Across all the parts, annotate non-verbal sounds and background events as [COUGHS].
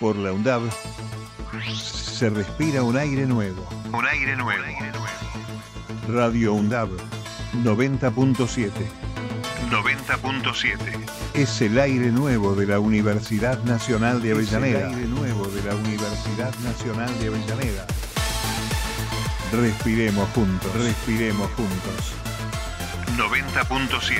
por la UNDAB se respira un aire nuevo. Un aire nuevo. Radio UNDAB 90.7 90.7. es el aire nuevo de la Universidad Nacional de Avellaneda. Es el aire nuevo de la Universidad Nacional de Avellaneda. Respiremos juntos, respiremos juntos. 90.7.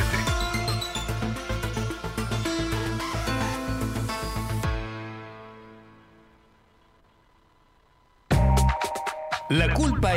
La culpa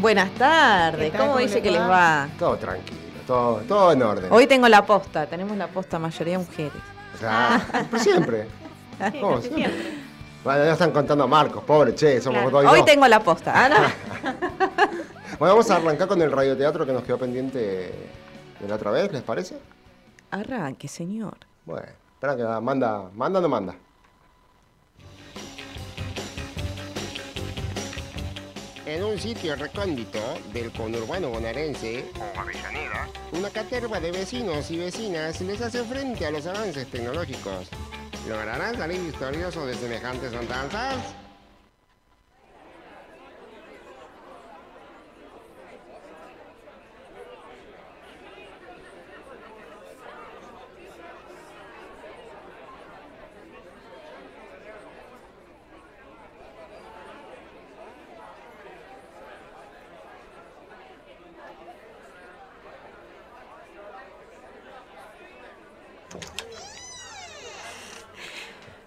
Buenas tardes, ¿Qué tal? ¿cómo, ¿Cómo dice les que les va? va? Todo tranquilo, todo, todo en orden. Hoy tengo la posta, tenemos la posta mayoría mujeres. Claro, por siempre. Como casi siempre. Bueno, ya están contando a Marcos, pobre, che, somos Claro. hoy Hoy dos. tengo la posta. [LAUGHS] Ah, no. Bueno, vamos a arrancar con el radioteatro que nos quedó pendiente de la otra vez, ¿les parece? Arranque, señor. Bueno, espera que la manda, manda o no manda. En un sitio recóndito del conurbano bonaerense, O Avellaneda. una caterva de vecinos y vecinas les hace frente a los avances tecnológicos. ¿Lograrán salir victoriosos de semejantes andanzas?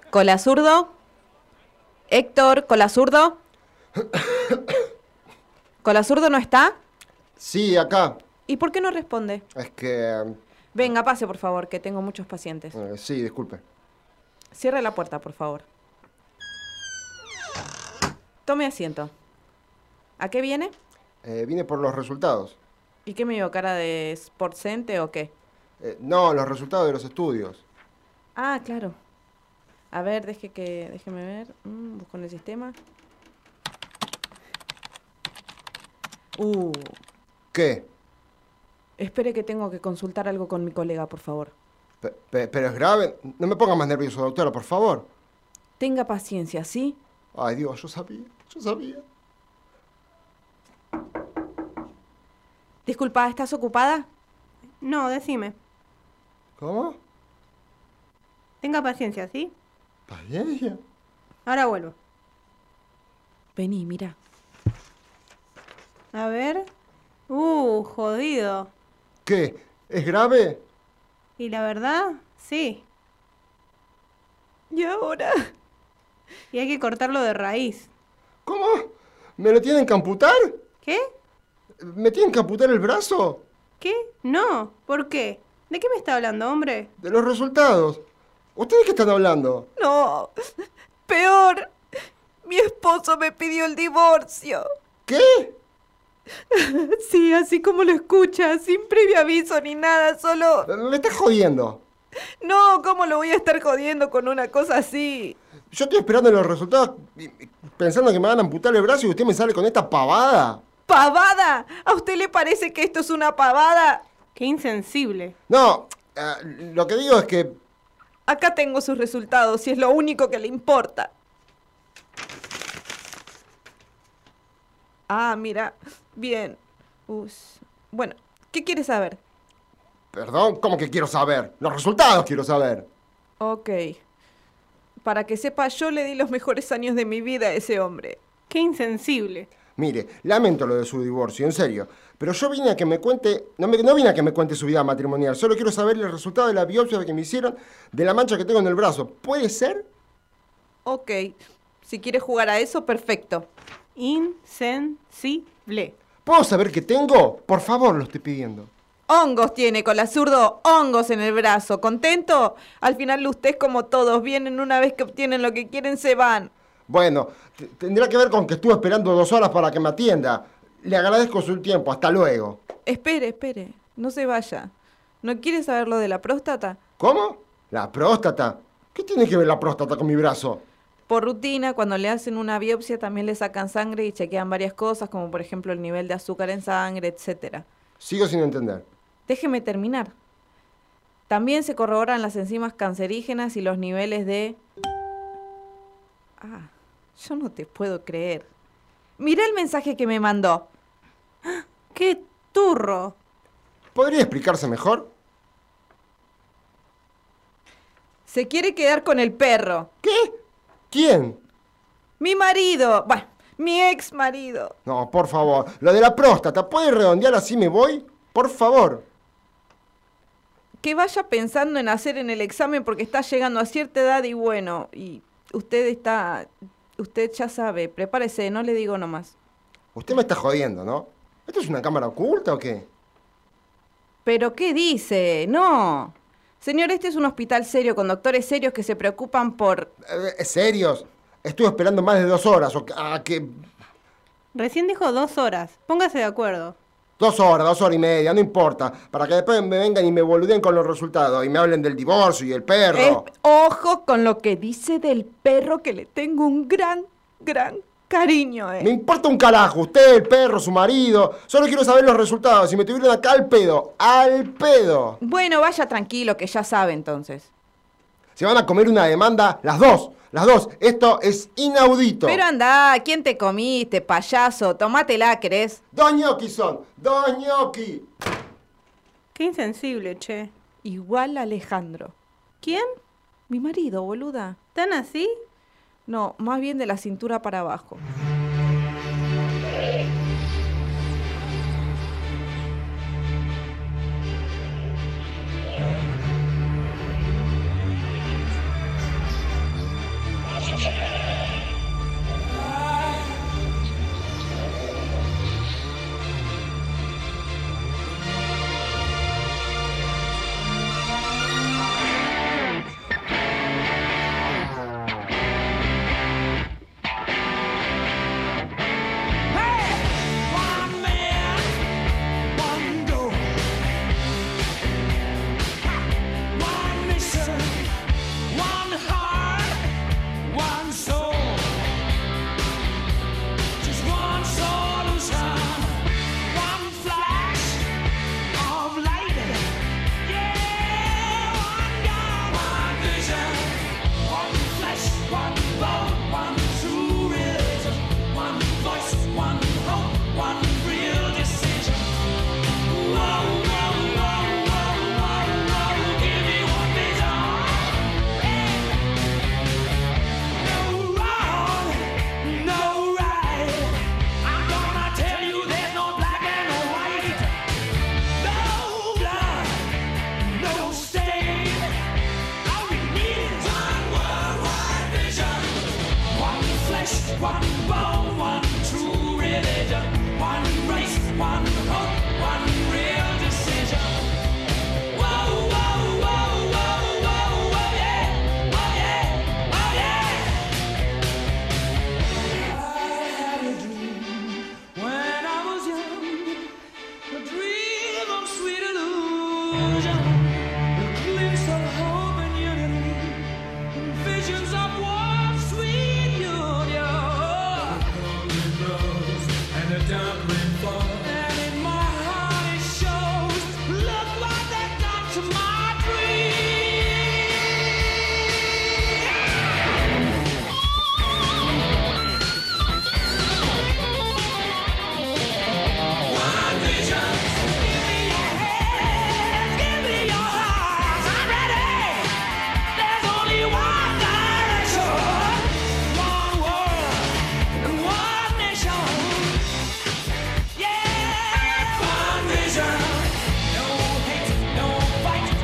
Cola zurdo. Héctor, [COUGHS] cola zurdo. ¿Cola zurdo no está? Sí, acá. ¿Y por qué no responde? Es que. Venga, pase por favor, que tengo muchos pacientes. eh, sí, disculpe. Cierre la puerta, por favor. Tome asiento. ¿A qué viene? Eh, vine por los resultados. ¿Y qué me dio cara de sportscente o qué? Eh, no, los resultados de los estudios. Ah, claro. A ver, deje que, déjeme ver. Mm, busco en el sistema. Uh, ¿Qué? espere que tengo que consultar algo con mi colega, por favor. Pe- pe- ¿Pero es grave? No me ponga más nervioso, doctora, por favor. Tenga paciencia, ¿sí? Ay, Dios, yo sabía, yo sabía. Disculpa, ¿estás ocupada? No, decime. ¿Cómo? Tenga paciencia, ¿sí? ¿Paciencia? Ahora vuelvo. Vení, mira. A ver. Uh, jodido. ¿Qué? ¿Es grave? Y la verdad, sí. ¿Y ahora? Y hay que cortarlo de raíz. ¿Cómo? ¿Me lo tienen que amputar? ¿Qué? ¿Me tienen que amputar el brazo? ¿Qué? No. ¿Por qué? ¿De qué me está hablando, hombre? De los resultados. ¿Ustedes qué están hablando? No, peor. Mi esposo me pidió el divorcio. ¿Qué? [LAUGHS] Sí, así como lo escucha, sin previo aviso ni nada, solo... Me estás jodiendo. No, ¿cómo lo voy a estar jodiendo con una cosa así? Yo estoy esperando los resultados y- y pensando que me van a amputar el brazo y usted me sale con esta pavada. ¡Pavada! ¿A usted le parece que esto es una pavada? Qué insensible. No, eh, lo que digo es que... Acá tengo sus resultados y es lo único que le importa. Ah, mira. Bien. Us- Bueno, ¿qué quiere saber? Perdón, ¿cómo que quiero saber? Los resultados quiero saber. Ok. Para que sepa, yo le di los mejores años de mi vida a ese hombre. Qué insensible. Mire, lamento lo de su divorcio, en serio. Pero yo vine a que me cuente, no, me- no vine a que me cuente su vida matrimonial, solo quiero saber el resultado de la biopsia que me hicieron de la mancha que tengo en el brazo. ¿Puede ser? Ok. Si quiere jugar a eso, perfecto. Insensible. ¿Puedo saber qué tengo? Por favor, lo estoy pidiendo. Hongos tiene con la zurdo, hongos en el brazo. ¿Contento? Al final usted es como todos, vienen una vez que obtienen lo que quieren, se van. Bueno, t- tendrá que ver con que estuve esperando dos horas para que me atienda. Le agradezco su tiempo, hasta luego. Espere, espere, no se vaya. ¿No quiere saber lo de la próstata? ¿Cómo? La próstata. ¿Qué tiene que ver la próstata con mi brazo? Por rutina, cuando le hacen una biopsia también le sacan sangre y chequean varias cosas, como por ejemplo el nivel de azúcar en sangre, etcétera. Sigo sin entender. Déjeme terminar. También se corroboran las enzimas cancerígenas y los niveles de... Ah, yo no te puedo creer. Mirá el mensaje que me mandó. [GASPS] ¡Qué turro! ¿Podría explicarse mejor? Se quiere quedar con el perro. ¿Qué? ¿Quién? Mi marido. Bueno, mi ex marido. No, por favor. Lo de la próstata, ¿puede redondear así me voy? Por favor. Que vaya pensando en hacer en el examen porque está llegando a cierta edad y bueno, y usted está... Usted ya sabe, prepárese, no le digo nomás. Usted me está jodiendo, ¿no? ¿Esto es una cámara oculta o qué? ¿Pero qué dice? No. Señor, este es un hospital serio, con doctores serios que se preocupan por... Eh, ¿Serios? Estuve esperando más de dos horas o que- a que... Recién dijo dos horas. Póngase de acuerdo. Dos horas, dos horas y media, no importa. Para que después me vengan y me boludeen con los resultados y me hablen del divorcio y el perro. Es- Ojo con lo que dice del perro, que le tengo un gran, gran cariño. eh. Me importa un carajo, usted, el perro, su marido. Solo quiero saber los resultados. Si me tuvieron acá al pedo, al pedo. Bueno, vaya tranquilo, que ya sabe entonces. Se van a comer una demanda las dos. Las dos. Esto es inaudito. Pero anda, ¿quién te comiste, payaso? Tomátela, ¿querés? Dos ñoqui son. Dos ñoqui. Qué insensible, che. Igual Alejandro. ¿Quién? Mi marido, boluda. ¿Tan así? No, más bien de la cintura para abajo. Yeah! One vision, no hate, no fight.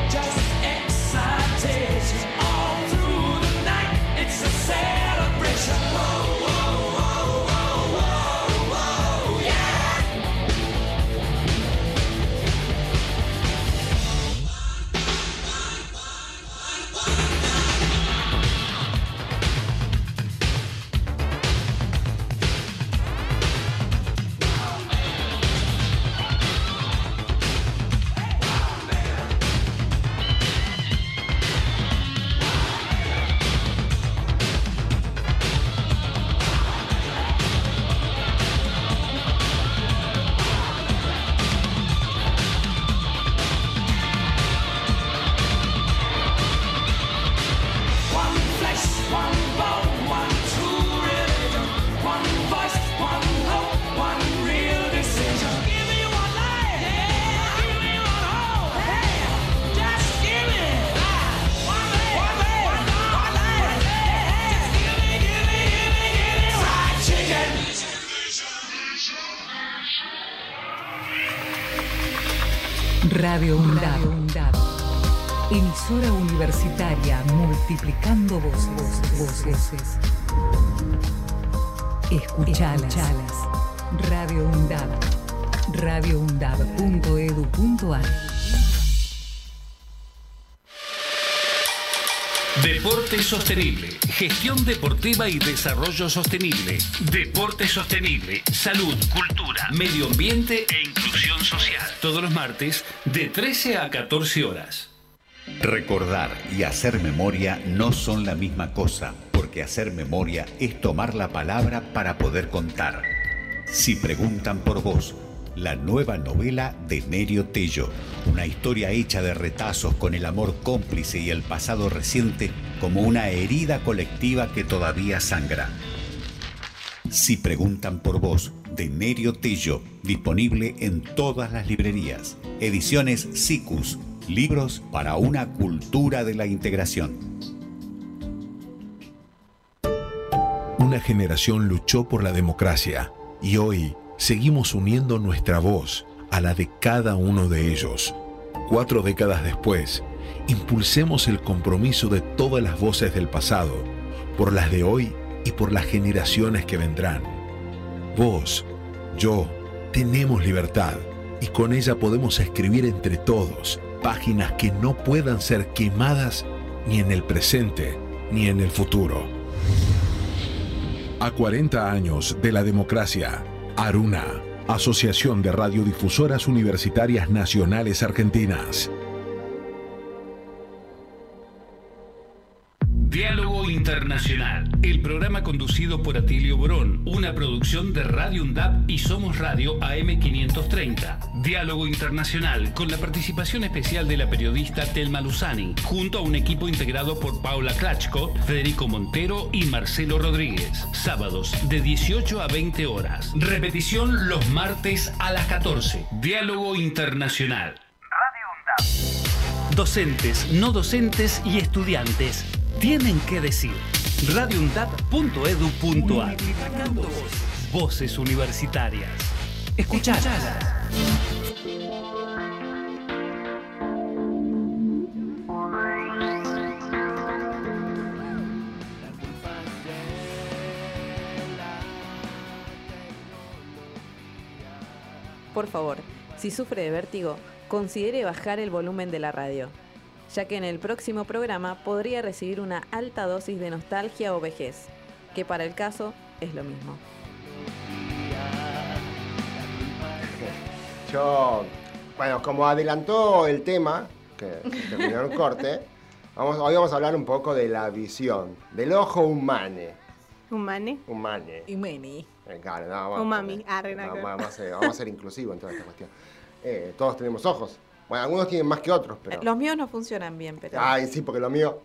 Radio UNDAD. Emisora universitaria multiplicando voces. voces, voces. Escuchalas. Radio UNDAD. Radio Deporte sostenible, gestión deportiva y desarrollo sostenible. Deporte sostenible, salud, cultura, medio ambiente e inclusión social. Todos los martes de 13 a 14 horas. Recordar y hacer memoria no son la misma cosa, porque hacer memoria es tomar la palabra para poder contar. Si preguntan por vos, la nueva novela de Nerio Tello, una historia hecha de retazos con el amor cómplice y el pasado reciente como una herida colectiva que todavía sangra. Si preguntan por vos, de Nerio Tello, disponible en todas las librerías. Ediciones SICUS, libros para una cultura de la integración. Una generación luchó por la democracia y hoy seguimos uniendo nuestra voz a la de cada uno de ellos. Cuatro décadas después, impulsemos el compromiso de todas las voces del pasado, por las de hoy y por las generaciones que vendrán. Vos, yo, tenemos libertad y con ella podemos escribir entre todos páginas que no puedan ser quemadas ni en el presente ni en el futuro. A 40 años de la democracia, Aruna, Asociación de Radiodifusoras Universitarias Nacionales Argentinas. Diálogo Internacional, el programa conducido por Atilio Borón, una producción de Radio UNDAP y Somos Radio AM530. Diálogo Internacional, con la participación especial de la periodista Telma Luzani, junto a un equipo integrado por Paula Klachko, Federico Montero y Marcelo Rodríguez. Sábados de 18 a 20 horas. Repetición los martes a las 14. Diálogo Internacional. Docentes, no docentes y estudiantes tienen que decir. radiundad.edu.ar voces. Voces universitarias. Escuchad. Por favor, si sufre de vértigo, considere bajar el volumen de la radio, ya que en el próximo programa podría recibir una alta dosis de nostalgia o vejez, que para el caso es lo mismo. Yo, bueno, como adelantó el tema, que terminó el corte, [LAUGHS] vamos, hoy vamos a hablar un poco de la visión, del ojo humane. Humane. Humane. Humane. Eh, Claro, no, vamos, a Umami. poner- Arre, nada no, que ver. vamos, a ser, vamos a ser inclusivos en toda esta cuestión. Eh, todos tenemos ojos. Bueno, algunos tienen más que otros, pero... Los míos no funcionan bien, [LAUGHS] pero. Ay, sí, porque lo mío...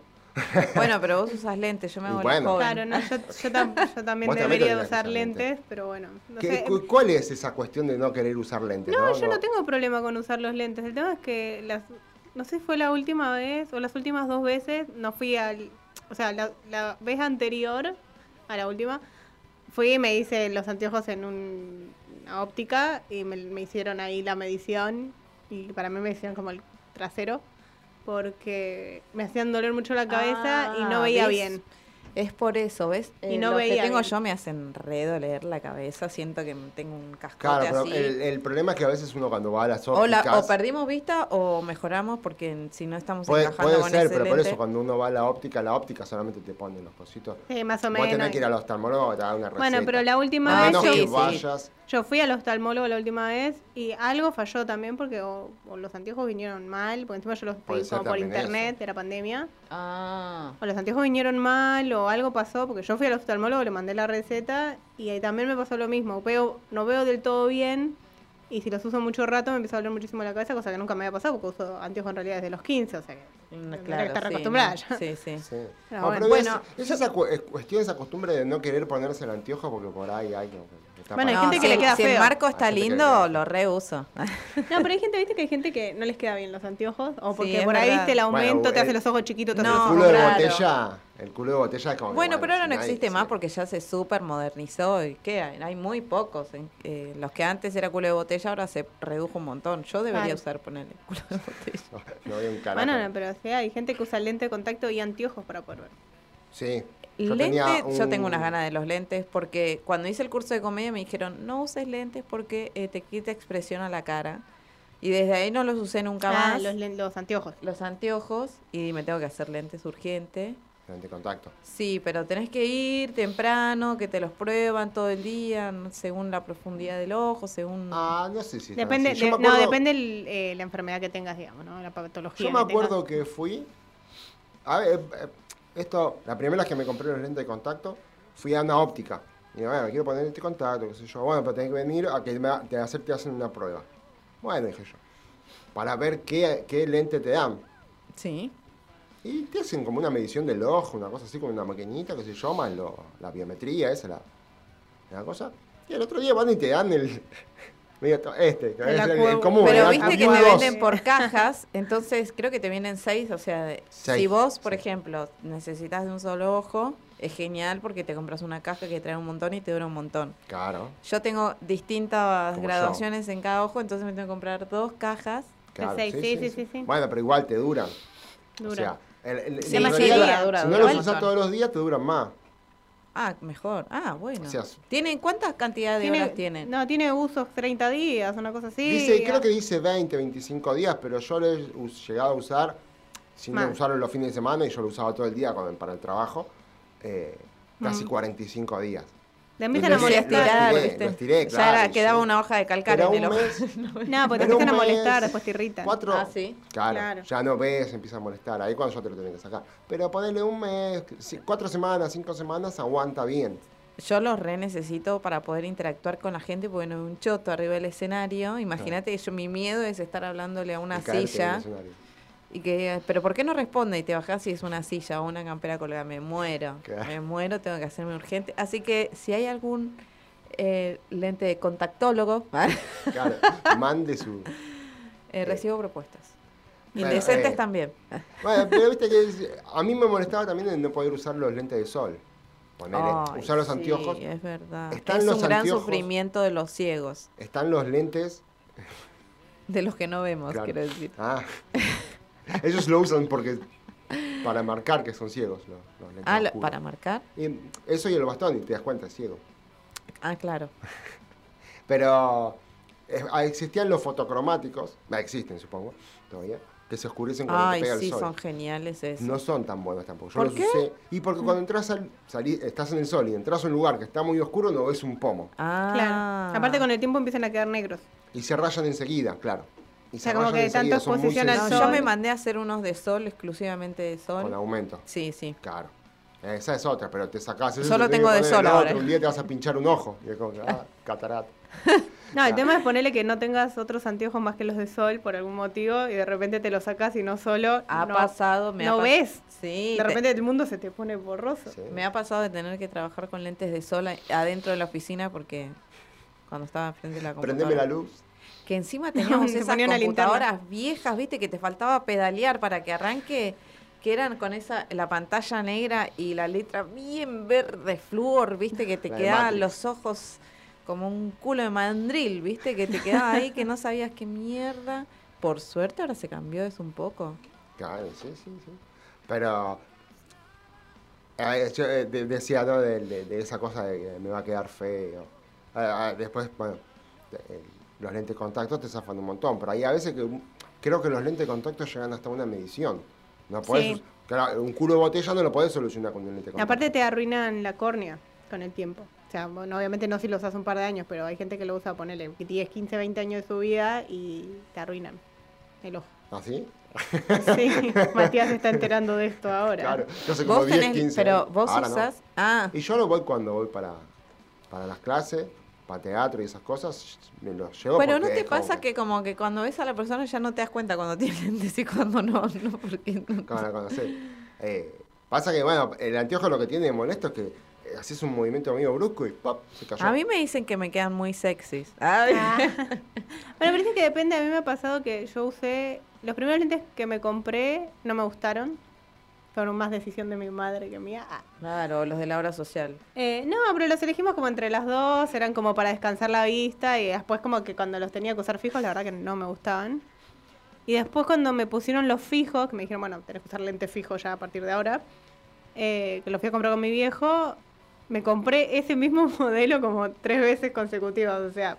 Bueno, pero vos usas lentes, yo me Y hago la bueno. joven. Claro, no, yo, yo tam- yo Vos también también debería tendrías que usar usar lentes. lentes, pero bueno. No, ¿Qué- sé. em- cu- ¿Cuál es esa cuestión de no querer usar lentes? No, No, yo No. no tengo problema con usar los lentes. El tema es que las, no sé si fue la última vez o las últimas dos veces, no fui al, o sea, la, la vez anterior a la última, fui y me hice los anteojos en un- una óptica y me, me hicieron ahí la medición y para mí me hicieron como el trasero porque me hacían doler mucho la cabeza y Ah, no veía ¿ves? bien. Es por eso, ¿ves? Y Eh, no los que veía tengo bien. yo me hacen redoler la cabeza, siento que tengo un cascote Claro, pero así. el, el problema es que a veces uno cuando va a las O, la- ópticas... o perdimos vista o mejoramos porque en- si no estamos Puede, encajando puede con ser, ese pero por lente. eso cuando uno va a la óptica, la óptica solamente te ponen los cositos. Sí, más o Vos menos. tenés que ir al oftalmólogo que te haga una receta. Bueno, pero la última A vez menos yo- que Sí, sí. vayas... Yo fui al oftalmólogo la última vez y algo falló también porque o, o los anteojos vinieron mal, porque encima yo los Puede pedí ser como por también internet, era pandemia. Ah, O los anteojos vinieron mal o algo pasó, porque yo fui al oftalmólogo, le mandé la receta y ahí también me pasó lo mismo. Veo, no veo del todo bien y si los uso mucho rato me empezó a doler muchísimo la cabeza, cosa que nunca me había pasado porque uso anteojos en realidad desde los 15, o sea que no, tendría Mm, claro, que estar sí, acostumbrada no, ya. Sí, sí. Sí. Ah, No, bueno. pero es- Bueno. es, esa cu- es cuestión, esa costumbre de no querer ponerse el anteojo porque por ahí hay que... Está Bueno, hay para- gente que le queda si el feo. marco está Hay gente que le lindo, lo [LAUGHS] reuso. No, pero hay gente, viste que hay gente que no les queda bien los anteojos. O porque es por ahí, verdad. viste, el aumento Bueno, te hace el- los ojos chiquitos. Te hace el los culo ojos de grandes. botella. El culo de botella es como. que, Bueno, pero ahora si no nadie- existe más porque ya se super modernizó y qué hay, hay muy pocos. eh, eh, los que antes era culo de botella ahora se redujo un montón. Yo debería Claro. usar ponerle culo de botella. No había un [LAUGHS] carajo. Bueno, no, pero o sea, hay gente que usa lente de contacto y anteojos para poder ver. Sí. Yo Lente, tenía yo un- tengo unas ganas de los lentes porque cuando hice el curso de comedia me dijeron no uses lentes porque eh, te quita expresión a la cara y desde ahí no los usé nunca Ah, más. los len- los anteojos. Los anteojos y me tengo que hacer lentes urgente. Lente de contacto. Sí, pero tenés que ir temprano, que te los prueban todo el día, no- según la profundidad del ojo, según... Ah, no sé si... Depende, Yo me de- no, acuerdo- depende el, eh, la enfermedad que tengas, digamos, ¿no? La patología. Yo me que tengas. acuerdo que fui. A ver, eh, esto, la primera vez que me compré los lentes de contacto, fui a una óptica. Y digo, bueno, quiero poner este contacto, qué sé yo. Bueno, pero tenés que venir a que me ha- te hacer- te hacen una prueba. Bueno, dije yo. Para ver qué, qué lente te dan. Sí. Y te hacen como una medición del ojo, una cosa así, con una maquinita, qué sé yo, más lo- la biometría, esa la, la cosa. Y el otro día van y te dan el. [LAUGHS] medio to- este, que El es el, el acuo- común. Pero el viste que acuo te dos. venden por cajas, [LAUGHS] entonces creo que te vienen seis, o sea, de- Seis, si vos, por ejemplo, necesitas de un solo ojo, es genial porque te compras una caja que trae un montón y te dura un montón. Claro. Yo tengo distintas Como yo. graduaciones en cada ojo, entonces me tengo que comprar dos cajas. Claro, Bueno, pero igual te duran. O Duran. sea, el, el- Sí, en la realidad, mayoría dura, si dura no un los usas montón. todos los días, te duran más. Ah, mejor. Ah, bueno. O sea, ¿Tienen cuántas cantidades de Tiene- horas tienen? No, tiene usos 30 días, una cosa así. dice, creo que dice 20, 25 días, pero yo lo he us- llegado a usar, sin Más. usarlo los fines de semana, y yo lo usaba todo el día cuando- para el trabajo, eh, casi Mm. 45 días. Te Lo empiezan a estiré, molestar. Lo estiré, lo estiré, ya claro. era- y quedaba sí. una hoja de calcar Era en el un ojo. [LAUGHS] mes. No, porque te Pero empiezan a un mes, molestar, después te irritan. cuatro- Ah, sí. Claro, Claro. ya no ves, empieza a molestar. Ahí cuando yo te lo tenía que sacar. Pero ponerle un mes, si- cuatro semanas, cinco semanas, aguanta bien. Yo los re necesito para poder interactuar con la gente porque no es un choto arriba del escenario. Imagínate, que yo mi miedo es estar hablándole a una Y caerte del silla escenario. y que digas, pero ¿por qué no responde? Y te bajás y es una silla o una campera colgada. Me muero, Claro. me muero, tengo que hacerme urgente. Así que si hay algún eh, lente de contactólogo, [LAUGHS] Claro, mande su... eh, recibo propuestas. Bueno, Indecentes eh, también. Bueno, pero viste que es- a mí me molestaba también el no poder usar los lentes de sol. Ponele, Ay, usar los sí, anteojos. es verdad. Están es los un gran anteojos. sufrimiento de los ciegos, Están los lentes. de los que no vemos, claro. quiero decir. Ah. [LAUGHS] Ellos lo usan porque para marcar que son ciegos los, los lentes. Ah, lo- oscuros. para marcar. Y eso y el bastón, y te das cuenta, es ciego. Ah, claro. Pero eh, ah, existían los fotocromáticos, ah, existen supongo, todavía, que se oscurecen cuando te Ay, pega sí, el sol. son geniales esos. No son tan buenos tampoco. Yo ¿Por los qué? Mm. usé. Y porque cuando entras al, salí- estás en el sol y entras a un lugar que está muy oscuro, no ves un pomo. Ah. Claro. Aparte, con el tiempo empiezan a quedar negros. Y se rayan enseguida, claro. Y O sea, como que de tanta son muy exposición al sensibles. sol. Yo me mandé a hacer unos de sol, exclusivamente de sol. Con aumento. Sí, sí. Claro. Esa es otra, pero te sacás. eso Solo te tenés tengo que de poner el sol otro, ahora. Un día te vas a pinchar un ojo. Y es como que, [LAUGHS] ah, catarata. No, Ah. el tema es ponerle que no tengas otros anteojos más que los de sol por algún motivo y de repente te los sacas y no solo. Ha no- pasado, me ha No pas- ves. Sí, De te- repente el mundo se te pone borroso. Me ha pasado de tener que trabajar con lentes de sol a- adentro de la oficina porque cuando estaba frente de la computadora. Prendeme la luz. [LAUGHS] Que encima teníamos Te esas ponía una linterna. computadoras viejas, viste, que te faltaba pedalear para que arranque, que eran con esa la pantalla negra y la letra bien verde, flúor, viste, que te La de quedaban Matrix. los ojos como un culo de mandril, viste, que te quedaba ahí, que no sabías qué mierda. Por suerte ahora se cambió eso un poco. Claro, sí, sí, sí. Pero. eh, yo eh, de- decía, ¿no? De, de- de esa cosa de que me va a quedar feo. Ah, ah, después, bueno, te- eh, los lentes de contacto te zafan un montón. Pero hay a veces que un- creo que los lentes de contacto llegan hasta una medición. No podés. Sí. claro, un culo de botella no lo podés solucionar con un lente de contacto. Aparte, te arruinan la córnea con el tiempo. O sea, bueno, obviamente no si los hace un par de años, pero hay gente que lo usa, ponele 10, 15, 20 años de su vida y te arruinan [LAUGHS] el ojo. ¿Ah, sí? Sí, [LAUGHS] Matías se está enterando de esto ahora. [LAUGHS] Claro, yo sé como 10, 15. pero años. vos Ahora no. usás- Ah. Y yo lo voy cuando voy para, para las clases, para teatro y esas cosas, me lo llevo Pero ¿no porque te es como pasa que como que cuando ves a la persona ya no te das cuenta cuando tiene lentes y cuando no? [LAUGHS] no porque no- que- que van a conocer. Eh, pasa que, bueno, el anteojo lo que tiene de molesto es que eh, haces un movimiento medio brusco y ¡pap! se cayó. A mí me dicen que me quedan muy sexys. Bueno, pero es que depende. A mí me ha pasado que yo usé. Los primeros lentes que me compré no me gustaron. Fueron más decisión de mi madre que mía. Ah. Claro, los de la obra social. Eh, no, pero los elegimos como entre las dos. Eran como para descansar la vista. Y después, como que cuando los tenía que usar fijos, la verdad que no me gustaban. Y después, cuando me pusieron los fijos, que me dijeron, bueno, tenés que usar lentes fijos ya a partir de ahora. eh, que los fui a comprar con mi viejo. Me compré ese mismo [LAUGHS] modelo como tres veces consecutivas. O sea,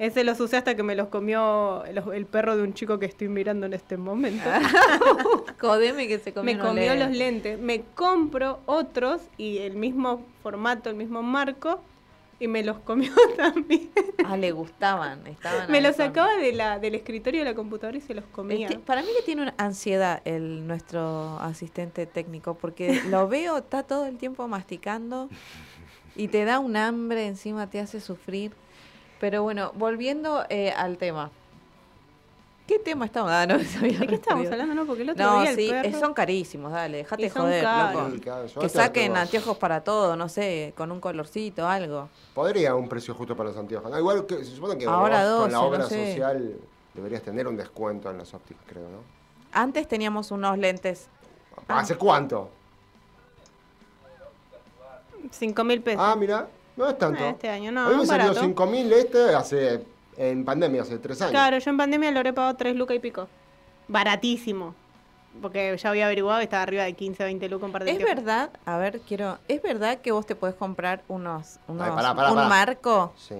ese los usé hasta que me los comió los- el perro de un chico que estoy mirando en este momento. Codeme que se me comió unos comió lentes. los lentes. Me compro otros y el mismo formato, el mismo marco. Y me los comió también. Ah, [LAUGHS] le gustaban. Estaban me ahí los con- sacaba de la, del escritorio de la computadora y se los comía. Este, para mí que tiene una ansiedad el nuestro asistente técnico, porque lo veo, está todo el tiempo masticando y te da un hambre, encima te hace sufrir. Pero bueno, volviendo eh, al tema. ¿Qué tema estamos? Ah, no, [LAUGHS] ¿De qué estábamos hablando? No, porque el otro No, día el sí, perro- eh, son carísimos, dale, Y déjate son joder, caros. loco. Sí, claro, yo Que hasta los saquen tengo. anteojos para todo, no sé, con un colorcito, algo. Podría un precio justo para los anteojos. Ah, igual que se supone que Ahora vos con 12, la no obra sé. social deberías tener un descuento en las ópticas, creo, ¿no? Antes teníamos unos lentes. Ah. ¿Hace cuánto? Cinco mil pesos. Ah, mira, no es tanto. Ah, este año no, A mí me salió barato. 5.000 este hace, en pandemia, hace tres años. Claro, yo en pandemia lo he pagado 3 lucas y pico. Baratísimo. Porque ya había averiguado y estaba arriba de 15, 20 lucas un par de ¿Es tiempo. verdad? A ver, quiero. ¿Es verdad que vos te podés comprar unos, unos Ay, pará, pará, un pará. marco Sí.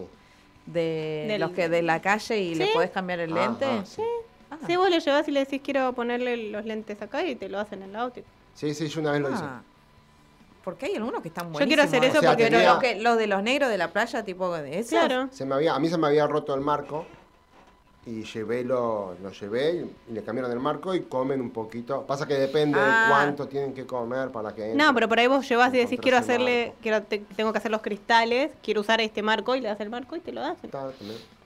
de Del- los que de la calle y le ¿Sí? podés cambiar el Ajá, lente? Ah. sí. Sí, vos lo llevas y le decís quiero ponerle los lentes acá y te lo hacen en la óptica. Sí, sí, yo una vez lo hice. Ah. Porque hay algunos que están Yo quiero buenísimos. hacer eso O sea, porque Pero tenía- los, que- los de los negros de la playa, tipo de esos. Claro. Se me había, a mí se me había roto el marco y llevé lo, lo llevé y le cambiaron el marco y comen un poquito. Pasa que depende Ah. de cuánto tienen que comer para que... No, pero por ahí vos llevas y decís quiero Encontrás el hacerle, quiero, te- tengo que hacer los cristales, quiero usar este marco y le das el marco y te lo das.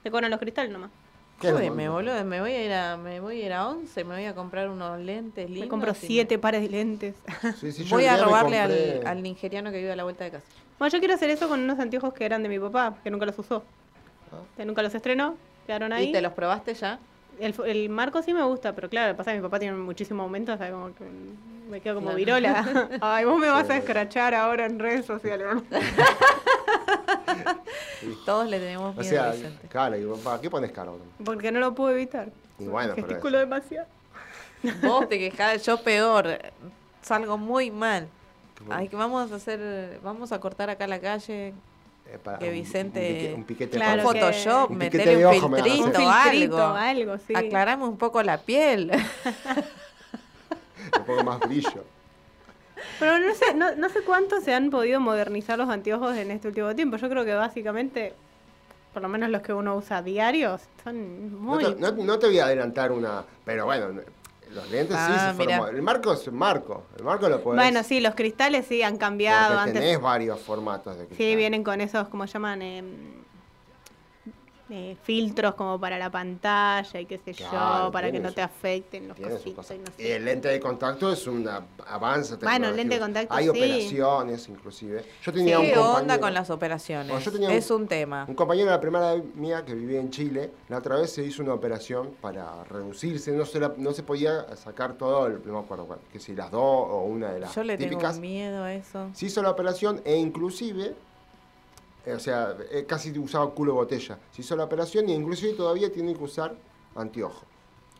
Te cobran los cristales nomás. ¿Qué Joder, lo me mando? boludo, me voy a ir a, me voy a ir a 11, me voy a comprar unos lentes lindos. Me compro y siete pares de lentes. [LAUGHS] Sí, sí, yo Voy el a día me robarle al, compré- al nigeriano que vive a la vuelta de casa. Bueno, yo quiero hacer eso con unos anteojos que eran de mi papá, que nunca los usó. Que nunca los estrenó, quedaron ahí. ¿Y te los probaste ya? El, fo- el marco sí me gusta, pero claro, pasa que mi papá tiene muchísimo aumento, o sea, como que me quedo como Claro. [LAUGHS] virola. Ay, vos me vas a escrachar ahora en redes sociales. [LAUGHS] Todos le tenemos miedo. O sea, Vicente. claro, y vos, ¿para qué pones caro? Porque no lo puedo evitar. Y bueno, pero Gesticulo demasiado. [LAUGHS] Vos te quejás, yo peor. Salgo muy mal. Ay, que vamos a hacer, vamos a cortar acá la calle. es- es Eh, para que un- Vicente- Un, pique- un piquete de Claro palo. que- Photoshop, Un piquete meterle de un ojo me van a filtrito, hacer. filtrito, algo. algo, sí. Aclarame un poco la piel. un poco más [LAUGHS] brillo. Pero no sé, no, no sé cuánto se han podido modernizar los anteojos en este último tiempo. Yo creo que básicamente, por lo menos los que uno usa diarios, son No muy... te, no- no te voy a adelantar una... Pero bueno, los lentes Ah, sí se fueron mirá. mod- El marco es un marco. El marco lo podés... bueno, sí, los cristales sí han cambiado porque antes. tenés varios formatos de Sí, cristal. vienen con esos, como llaman, eh, eh, filtros como para la pantalla y qué sé yo, Claro, para que tiene no su- te afecten los Tiene su cositos cosa. y no Y sé. el lente de contacto es un a- avance Bueno, el lente tecnológico. de contacto, Hay sí. operaciones, inclusive. Yo tenía un ¿Qué compañero, onda con las operaciones? Bueno, yo tenía un- es un tema. un compañero de la primera vez mía que vivía en Chile, la otra vez se hizo una operación para reducirse, no se, la- no se podía sacar todo, el, no me acuerdo cuál, que si las dos o una de las Yo le típicas. tengo miedo a eso. Se hizo la operación e inclusive, eh, o sea, eh, casi usaba culo botella. Se hizo la operación e inclusive todavía tiene que usar anteojo.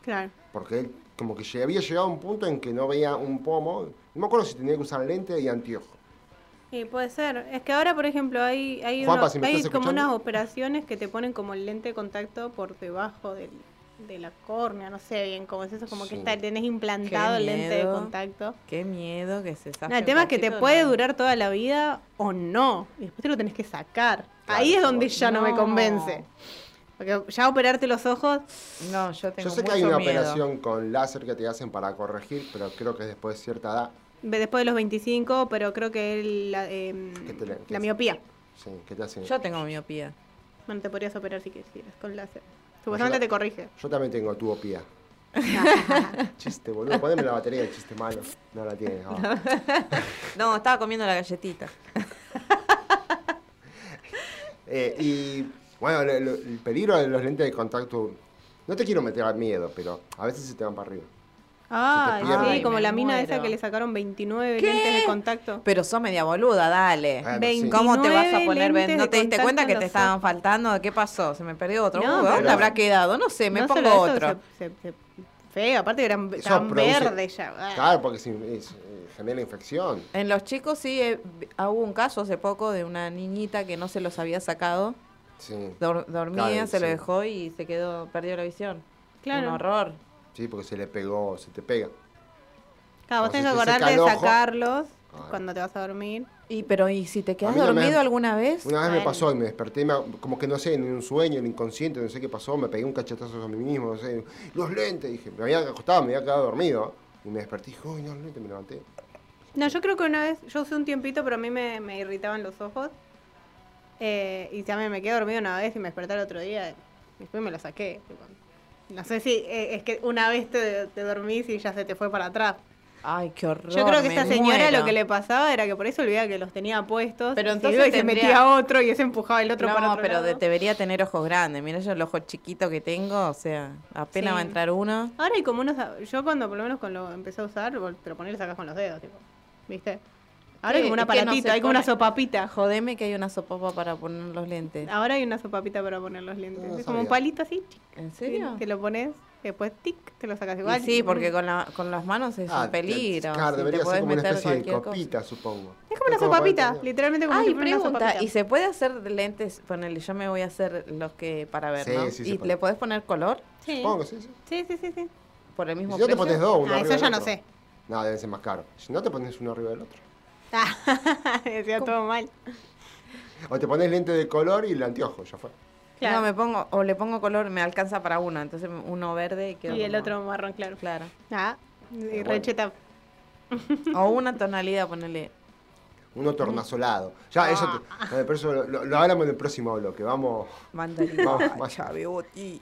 Claro. Porque él como que lle- había llegado a un punto en que no veía un pomo. No me acuerdo si tenía que usar lente y anteojo. Sí, puede ser. Es que ahora, por ejemplo, hay, hay, Juanpa, unos- si me hay estás como escuchando. unas operaciones que te ponen como el lente de contacto por debajo del, de la córnea, no sé bien cómo es eso, como que Sí. está, tenés implantado el lente de miedo. contacto. Qué miedo que se No, zafe el un tema es que te cachito, puede no. durar toda la vida o no. Y después te lo tenés que sacar. Ahí es donde ya no. me No. [LAUGHS] convence. Porque ya operarte los ojos, No, yo tengo Yo sé que mucho hay una miedo. operación con láser que te hacen para corregir, pero creo que es después de cierta edad. ve después de los 25, pero creo que el- la, em, Que te le- que la es- miopía. Sí, que te hacen. Yo tengo miopía. Bueno, te podrías operar si quisieras, con láser. Supuestamente Yo la- te corrige. Yo también tengo [LAUGHS] tuopía. chiste, boludo. Poneme la [LAUGHS] batería del chiste malo. No la tienes. ah. No, estaba comiendo la galletita. Eh, y bueno, lo- lo- el peligro de los lentes de contacto, no te quiero meter al miedo, pero a veces se te van para arriba. Ah, Se te pierde. sí, como Ay, la me mina esa muero. que le sacaron 29 ¿Qué? lentes de contacto. Pero sos media boluda, dale. Bueno, sí. ¿Cómo te vas a 29 poner? ve- lentes ¿No de te diste cuenta contacto que en te los estaban faltando? ¿Qué pasó? ¿Se me perdió otro? No, Uh, ¿Dónde pero- habrá quedado? No sé, me No pongo solo eso, otro. se- se- se- feo, aparte eran Eso tan produce- verde ya. ah. Claro, porque se, es- eh, genera infección. En los chicos sí, eh, vi- hubo un caso hace poco de una niñita que no se los había sacado. Sí. Dor- dormía, Claro, se lo sí. dejó y se quedó, perdió la visión. Claro. Un horror. Sí, porque se le pegó, se te pega. Claro, vos Como si te tenés que seca acordarte de el ojo. sacarlos Ay. cuando te vas a dormir. Y pero ¿y si te quedas mí no me- dormido alguna vez? Una vez me Bueno. pasó y me desperté, me- como que no sé, en un sueño, en inconsciente, no sé qué pasó, me pegué un cachetazo a mí mismo, no sé, los lentes, dije, me había acostado, me había quedado dormido, y me desperté, dije, uy, no, los lentes, me levanté. No, yo creo que una vez, yo usé un tiempito, pero a mí me, me irritaban los ojos. Eh, y también me quedé dormido una vez y me desperté el otro día. Después me lo saqué. tipo. No sé si eh, es que una vez te, te dormís y ya se te fue para atrás. Ay, qué horror. Yo creo que me esta señora muero. lo que le pasaba era que por eso olvidaba que los tenía puestos. Pero y se entonces iba y tendría- se metía otro y ese empujaba el otro no, para otro pero lado. de- debería tener ojos grandes. Mira yo el ojo chiquito que tengo, o sea, apenas Sí. va a entrar uno. Ahora hay como unos. Yo cuando por lo menos con lo empecé a usar, vos te lo pones y lo sacás con los dedos, tipo. ¿Viste? Ahora hay Sí, como un es que no aparatito, se hay como una pone- sopapita. Ah, Jodeme que hay una sopapa para poner los lentes. Ahora hay una sopapita para poner los lentes. No es como un sabía. palito así, chic, ¿En serio? Te lo pones, después tic, te lo sacas Y igual. sí, porque con, la- con las manos es Ah, un peligro. Claro, si debería ser te podés como una meter especie de cualquier cosa. copita, supongo. Es como una papita sopapita, literalmente como si Ay, fuera una pregunta, sopapita. ¿y se puede hacer de lentes? Ponele, yo me voy a hacer los que para ver, Sí, ¿no? sí se ¿Y puede. le podés poner color Sí. Supongo, sí, sí. sí, sí, sí, [LAUGHS] [LAUGHS] sí. por el Y mismo Si no te precio? pones dos, uno Ah, arriba eso del ya no otro. sé. No, debe ser más caro. Si no te pones uno arriba del otro. Decía todo mal. O te pones lente de color y el anteojo, ya fue. Claro. No, me pongo, o le pongo color, me alcanza para uno, entonces uno verde y quedo y el como- otro marrón, claro. Claro. Ah, y recheta. O una tonalidad, ponele. Uno tornasolado. Ya, eso, te- eh, pero eso lo, lo- lo hablamos en el próximo bloque. Vamos. Mandarina, Vamos, vaya. chabeoti.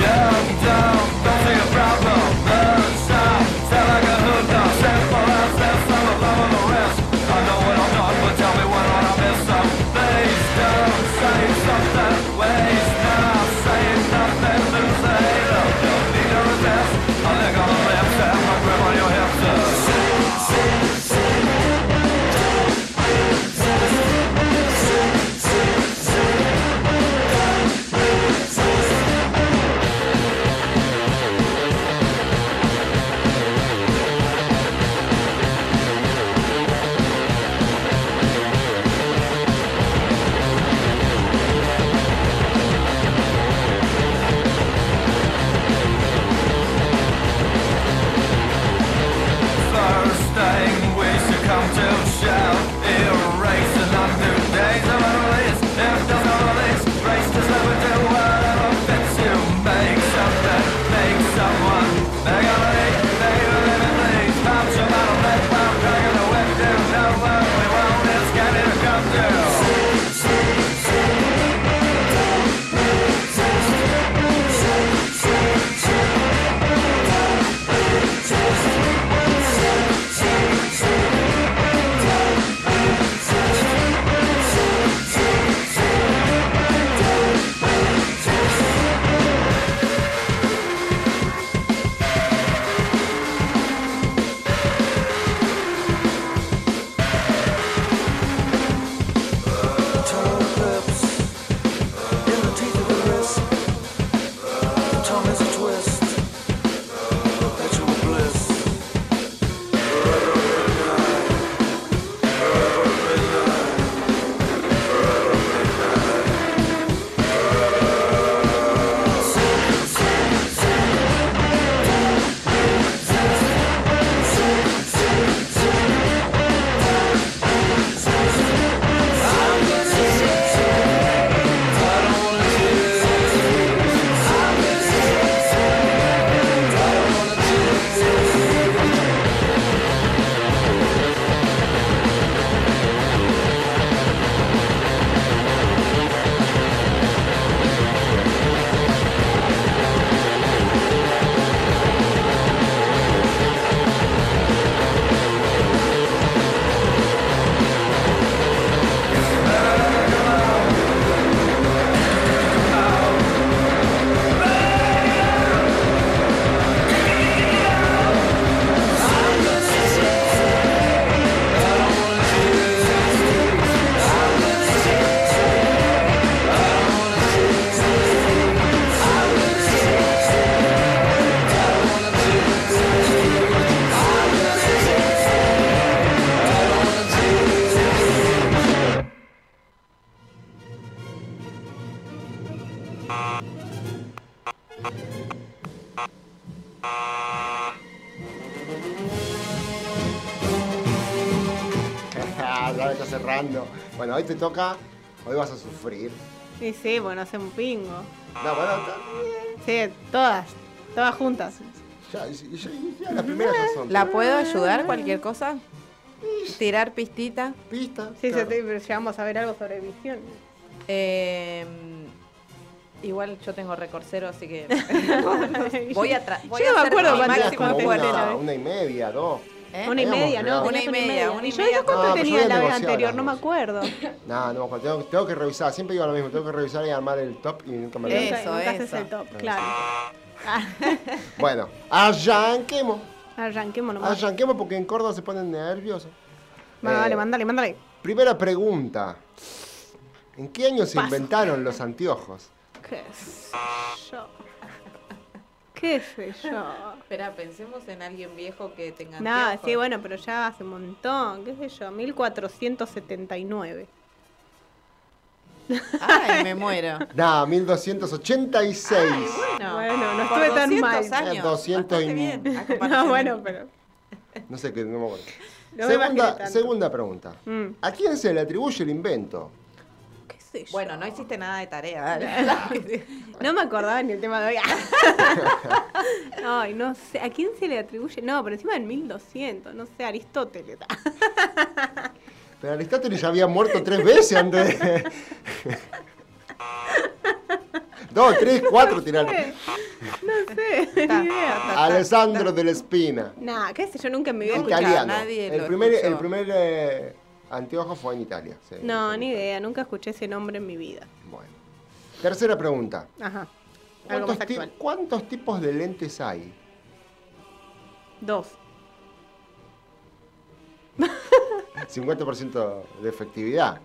Yeah, we don't, don't see a problem. Burn, stop, sound like a hood dog. Sound [LAUGHS] ya me está cerrando. Bueno, hoy te toca, hoy vas a sufrir. Y sí, bueno, hace un pingo. No, bueno, Ah. Sí, todas, todas juntas. ya, ya- ya- ya las primeras ya son. ¿La puedo ayudar cualquier cosa? Tirar pistita. Pista. Sí, ya te- pero llegamos a ver algo sobre visión. Em, igual yo tengo recorcero, [LAUGHS] así que voy voy a a tra- tratar. voy a hacer mi Tenías máximo como esfuerzo. una, una y media, dos. Una y Habíamos media, ¿no? quedado. Tenías ¿Eh? Una y media, una y ¿Y yo, media. Ah, yo cuánto No, pero yo había tenía la vez negociado anterior? las No me dos. acuerdo. No, no me acuerdo. Tengo, tengo que revisar. Siempre digo lo mismo. Tengo que revisar y armar el top y nunca me lo Nunca- Eso, nunca haces eso. el top, claro. Bueno, arranquemos. Arranquemos nomás. Ah, Arranquemos porque en Córdoba se ponen nerviosos. Bueno, Eh, dale, mándale, mándale. Primera pregunta. ¿En qué año se inventaron los anteojos? ¿Qué sé yo? ¿Qué sé yo? Espera, pensemos en alguien viejo que tenga Nada, anteojos. sí, bueno, pero ya hace un montón, qué sé yo, 1479. Ay, [LAUGHS] me muero. Nah, 1286. No. Bueno, no Por estuve tan 200 mal. años, Ah, 200 y- bastante bien, [LAUGHS] a comparación No, de- [LAUGHS] bueno, pero... No sé qué, no me acuerdo. No me imaginé segunda, tanto. segunda pregunta. Mm, ¿A quién se le atribuye el invento? ¿Qué sé yo? Bueno, no hiciste nada de tarea. No me acordaba ni el tema de hoy. [LAUGHS] Ay, no sé, ¿a quién se le atribuye? No, pero encima en 1200, no sé, Aristóteles. Pero Aristóteles ya había muerto tres veces antes. de- [LAUGHS] Dos, tres, [LAUGHS] cuatro tiraron. No sé, ni idea. Alessandro de la Espina. Nah, qué sé yo, nunca en mi vida he escuchado. Italiano. nadie el lo primer, e- escuchó. el primer eh, anteojo fue en Italia. sí. No, ni idea, nunca escuché ese nombre en mi vida. Bueno. Tercera pregunta. Ajá, algo ¿Cuántos, más ti- actual. cuántos tipos de lentes hay? Dos. [LAUGHS] 50% de efectividad.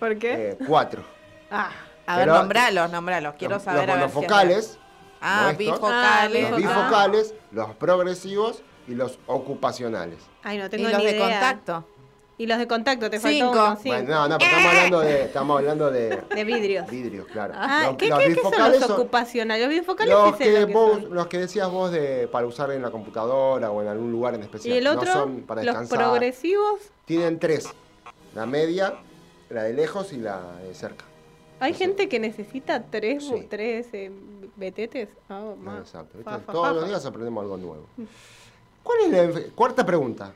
¿Por qué? Eh. Eh, cuatro. Ah, A ver, Pero- nombralos, nombralos. Quiero los, saber los a ver si- monofocales, Ah, como estos, bifocales. los Ah, bifocales, los progresivos y los ocupacionales. ay, no Y tengo los ni de idea. contacto. Y los de contacto, te Cinco. faltó uno, sí. Bueno, no, no, pero [LAUGHS] estamos hablando de, estamos hablando de De vidrios. vidrios, claro. Ah, Los- ¿qué, los qué- qué son bifocales los ocupacionales? Los bifocales los sí sé que, lo que vos, son. los que decías vos de para usar en la computadora o en algún lugar en especial. Y el otro, no son para los descansar. progresivos. Tienen tres. La media, la de lejos y la de cerca. Hay Sí. gente que necesita tres, Sí. tres eh, betetes. Ah, No, ma. exacto. ¿viste? Fa, fa, Todos fa, los fa. días aprendemos algo nuevo. ¿Cuál es la enfe- Cuarta pregunta.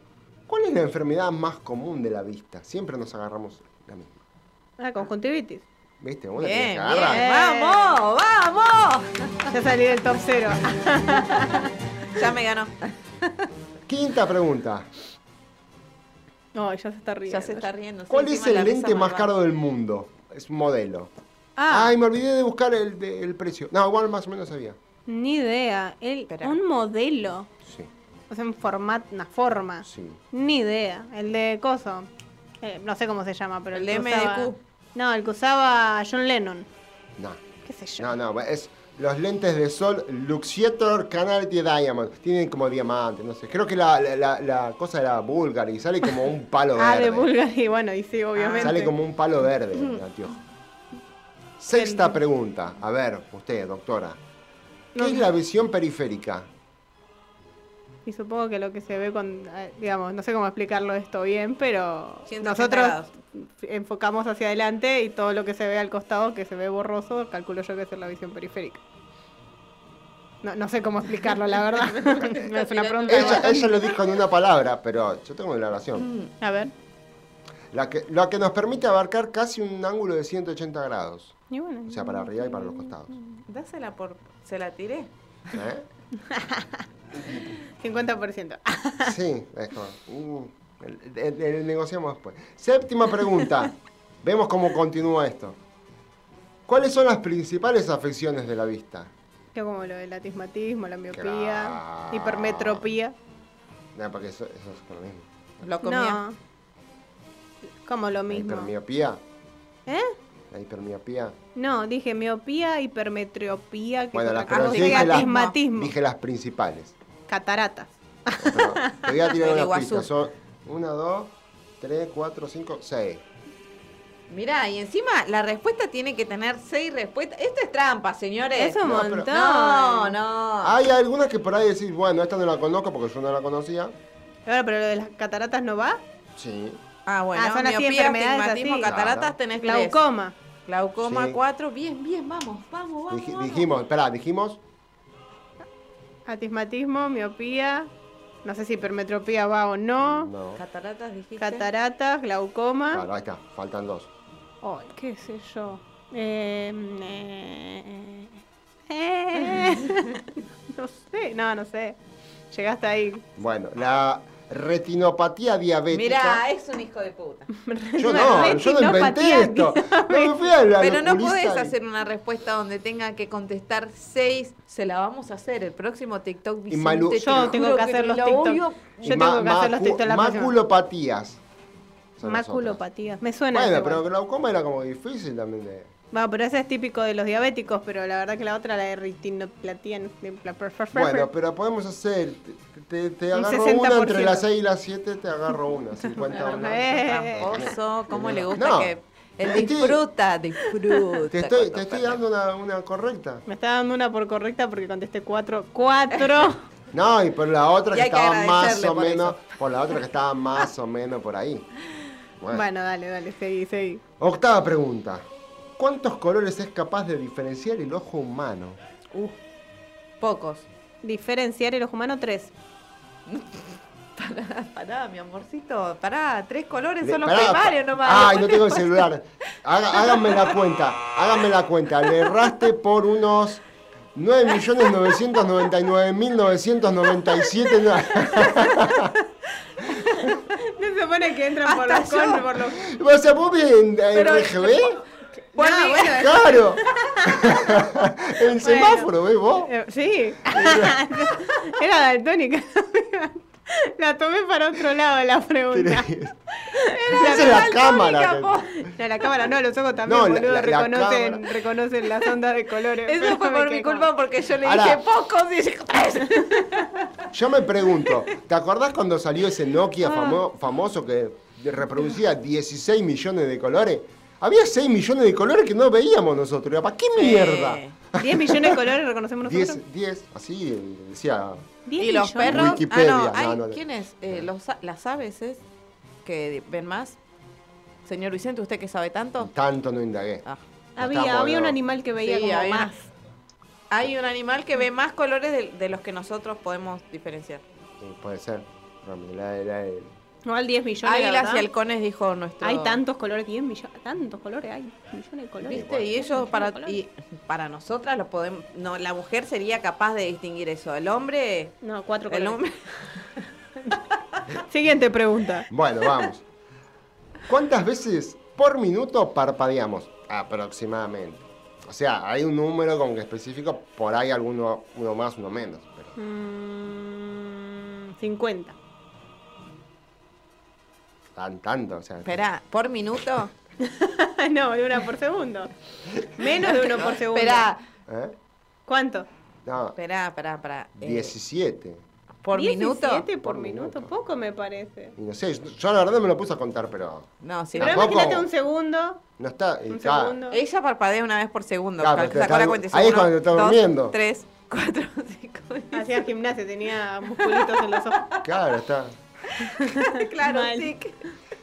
¿Cuál es la enfermedad más común de la vista? Siempre nos agarramos la misma. Ah, conjuntivitis. ¿Viste? Vos la tenés Bien, bien. que agarrar. Vamos, vamos. Ya salí del top cero. [LAUGHS] Ya me ganó. Quinta pregunta. No, ya se está riendo. Ya se está riendo. sí, ¿Cuál es encima la el risa lente más malvada. caro del mundo? Es un modelo. Ah, Ay, me olvidé de buscar el, de- el precio. No, igual más o menos sabía. ni idea. El, Espera. un modelo. Sí, O sea, un formato, una forma. sí. Ni idea. El de Coso. Eh, no sé cómo se llama, pero el, El de que usaba- MDQ. No, el que usaba John Lennon. No, ¿Qué sé yo? no, no. Es los lentes de sol Luxietor Canality Diamond. Tienen como diamante, no sé. Creo que la, la- la- la cosa era búlgara y sale como un palo verde. [LAUGHS] ah, de Bulgari, bueno, y sí, obviamente. Sale como un palo verde el anteojo. Sexta pregunta. A ver, usted, doctora. ¿Qué es la visión periférica? Y supongo que lo que se ve con, eh, digamos, no sé cómo explicarlo esto bien, pero 180 nosotros grados. enfocamos hacia adelante y todo lo que se ve al costado, que se ve borroso, calculo yo que es la visión periférica. No, no sé cómo explicarlo, la verdad. [LAUGHS] No es una pregunta. Ella, ella lo dijo en una palabra, pero yo tengo la oración. A ver. La que, la que nos permite abarcar casi un ángulo de 180 grados. Y bueno. O sea, para arriba y para los costados. Dásela por. Se la tiré. ¿Eh? 50%. Sí, es como, mm, el- el- el- negociamos después. Séptima pregunta. Vemos cómo continúa esto. ¿Cuáles son las principales afecciones de la vista? [LAUGHS] Yo como lo del atismatismo, la miopía, Claro. hipermetropía. Nada, porque eso, eso es lo mismo. Lo comía. No. Como La lo mismo. hipermiopía. ¿Eh? La hipermiopía. No, dije miopía, hipermetropía, que Bueno, es las, otra pero cosa. yo dije, las, Astigmatismo, dije las principales. cataratas. Pero te voy a tirar El una Iguazú. pista. Son una, dos, tres, cuatro, cinco, seis. Mirá, y encima la respuesta tiene que tener seis respuestas. Esto es trampa, señores. Es un No, pero- montón. No, no. Hay algunas que por ahí decís, bueno, esta no la conozco porque yo no la conocía. Ahora, pero lo de las cataratas no va. Sí. Ah, bueno, Ah, son así miopía, enfermedades astigmatismo, así. cataratas Claro. tenés tres. Glaucoma. Glaucoma Ah, Sí. 4, bien, bien, vamos, vamos, vamos. Dij- vamos. dijimos, espera, dijimos. Atismatismo, miopía. No sé si hipermetropía va o no. No. Cataratas dijiste. Cataratas, Ah. glaucoma. Claro, ahí está, faltan dos. Oh, qué sé yo. Eh, eh, eh. [LAUGHS] no sé, no, no sé. Llegaste ahí. Bueno, la retinopatía diabética. Mirá, es un hijo de puta. yo no, yo no inventé esto. No me fui a [LAUGHS] la Pero no oculista podés y- hacer una respuesta donde tenga que contestar seis. Se la vamos a hacer el próximo TikTok. Vicente, Malu- te Yo tengo juro que hacer los lo TikTok. obvio- y Yo ma- tengo que hacer los macu- TikTok la próxima. Maculopatías. Son las otras. Maculopatía. Me suena. Bueno, ese pero igual. glaucoma era como difícil también de. Va, pero ese es típico de los diabéticos, pero la verdad que la otra, la de retinoplatía. no sé, pla- pla- pla- pla- Bueno, pero podemos hacer. Te, te- te Un agarro una entre 60%. las 6 y las 7, te agarro [LAUGHS] una. 50 Perfecto. una. Eh. Oso, ¿cómo le gusta No. que.? Él Te estoy- disfruta, disfruta. Te estoy, cuando te estoy perde. dando una, una correcta. Me está dando una por correcta porque contesté cuatro. ¡Cuatro! No, y por la otra Y que hay que estaba más agradecerle o por eso. menos. Por la otra que estaba más o menos por ahí. [LAUGHS] Bueno. bueno, dale, dale, seguí, seguí. Octava pregunta. ¿Cuántos colores es capaz de diferenciar el ojo humano? Uh, pocos. Diferenciar el ojo humano, tres. Pará, mi amorcito, pará. Tres colores son los Pará, primarios pa- nomás. Ay, no tengo el celular. Haga- háganme la cuenta, háganme la cuenta. Le erraste por unos 9.999.997. no- [LAUGHS] No se supone que entran por los, yo. con, por los O sea, vos ves en, en Pero- [LAUGHS] RGB. Por Ah, mí- Claro. en semáforo, ¿ves vos? Eh, [LAUGHS] Sí, era daltónica. La tomé para otro lado la pregunta. Esa es la cámara. No, la cámara no, los ojos también, No, la- boludo, la- la reconocen, cámara. reconocen las ondas de colores. Eso Pero fue me por quedé mi con- culpa porque yo le Ahora- dije pocos y dijo tres. Yo me pregunto, ¿te acordás cuando salió ese Ah. Nokia famo- famoso que reproducía 16 millones de colores? Había 6 millones de colores que no veíamos nosotros. ¿Para qué mierda? "Eh". 10 millones de colores reconocemos nosotros. 10, 10, así eh, decía. [LAUGHS] ¿Diez Y los millones? perros. Wikipedia, ah, no, hay, no, no, no. ¿Quiénes? Eh, los, a- las aves es que ven más. Señor Vicente, ¿usted que sabe tanto? Tanto no indagué. Ah. Había, había un animal que veía Sí, como había- más. Hay un animal que ve más colores de, de los que nosotros podemos diferenciar. Sí, Eh, puede ser. Realmente, la- la- la- No al 10 millones. la Águilas verdad. y halcones, dijo nuestro. Hay tantos colores, 10 millones, tantos colores, hay millones de colores. ¿Viste? Y Diez ellos para, millones de y para nosotras lo podemos. No, la mujer sería capaz de distinguir eso. El hombre. colores. No, cuatro El colores. hombre. Siguiente pregunta. Bueno, vamos. ¿Cuántas veces por minuto parpadeamos? Aproximadamente. O sea, hay un número como que específico, por ahí alguno uno más, uno menos. Pero Mm, 50. tan, tanto, o sea. Espera, por minuto. [LAUGHS] no, de una por segundo. Menos de [LAUGHS] uno por segundo. Espera, ¿eh? ¿Cuánto? No, espera, espera, espera. Eh, 17. ¿Por 17 minuto? por, Por minuto. minuto. Poco me parece. Y no sé, yo- yo la verdad me lo puse a contar, pero No, sí. Pero Tampoco. imagínate un segundo. no está. y Un está- segundo. Ella parpadea una vez por segundo. Claro, cal- pero sacó la está- cuenta y dice, ahí es uno, cuando está dos, durmiendo. Tres, cuatro, cinco. y- [LAUGHS] Hacía gimnasia, tenía musculitos en los ojos. Claro, está. [LAUGHS] claro, Mal. sí. que-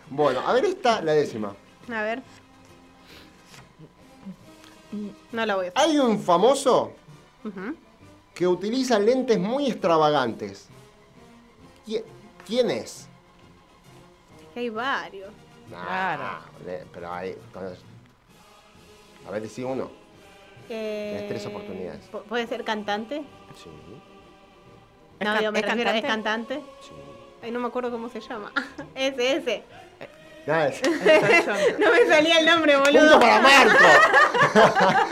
Bueno, a ver esta, la décima. A ver. No la voy a hacer. Hay un famoso Ujú. que utiliza lentes muy extravagantes. ¿Qui- ¿Quién es? Hay varios. Nah, Claro. le- pero ahí. con- A ver, decí uno. Eh, Tenés tres oportunidades. ¿pu- ¿Puede ser cantante? Sí, ¿Es No, can- digo, me es refiero, ¿es cantante? cantante? sí. Ay, no me acuerdo cómo se llama. [LAUGHS] Ese, ese. Nah, [LAUGHS] es- No me salía el nombre, boludo. Punto para Marco.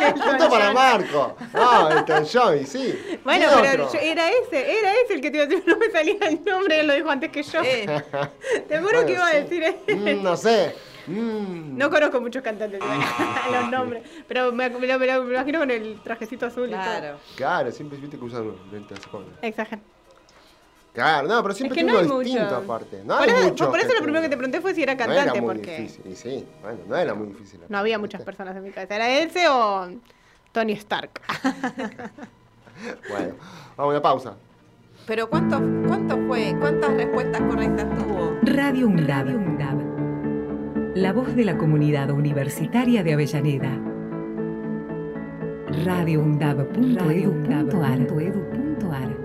Elton Punto para John. Marco. No, Elton John, y sí. [LAUGHS] Bueno, ¿Quién pero otro? yo- era ese, era ese el que te iba a decir, [LAUGHS] no me salía el nombre, él lo dijo antes que yo. Eh, [LAUGHS] Te juro Bueno, que iba a sí. decir él. Mm, [LAUGHS] [LAUGHS] no sé. Mm. No conozco muchos [LAUGHS] cantantes, [LAUGHS] los nombres, pero me, ac- me lo- me lo- me lo imagino con el trajecito azul y todo. claro. Claro, siempre viste que usan lentes. jóvenes. Exager. Claro, no, pero siempre Es que tiene no uno hay distinto mucho. aparte. No por, hay eso- muchos por eso que lo primero que te pregunté fue si era No era cantante, muy porque difícil, y sí, bueno, no era muy difícil. no había muchas personas en mi cabeza. ¿Era ese o Tony Stark? Bueno, vamos a una pausa. Pero ¿cuánto, cuánto fue? ¿Cuántas respuestas correctas tuvo? Radio UNDAB. La voz de la comunidad universitaria de Avellaneda. Radio UNDAB.edu.ar.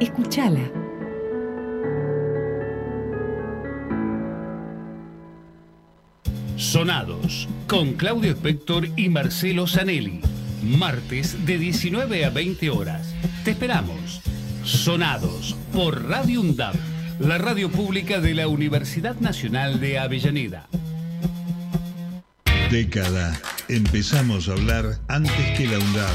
Escúchala. Sonados con Claudio Spector y Marcelo Zanelli. Martes de 19 a 20 horas. Te esperamos. Sonados por Radio UNDAB, la radio pública de la Universidad Nacional de Avellaneda. Década. Empezamos a hablar antes que la UNDAB,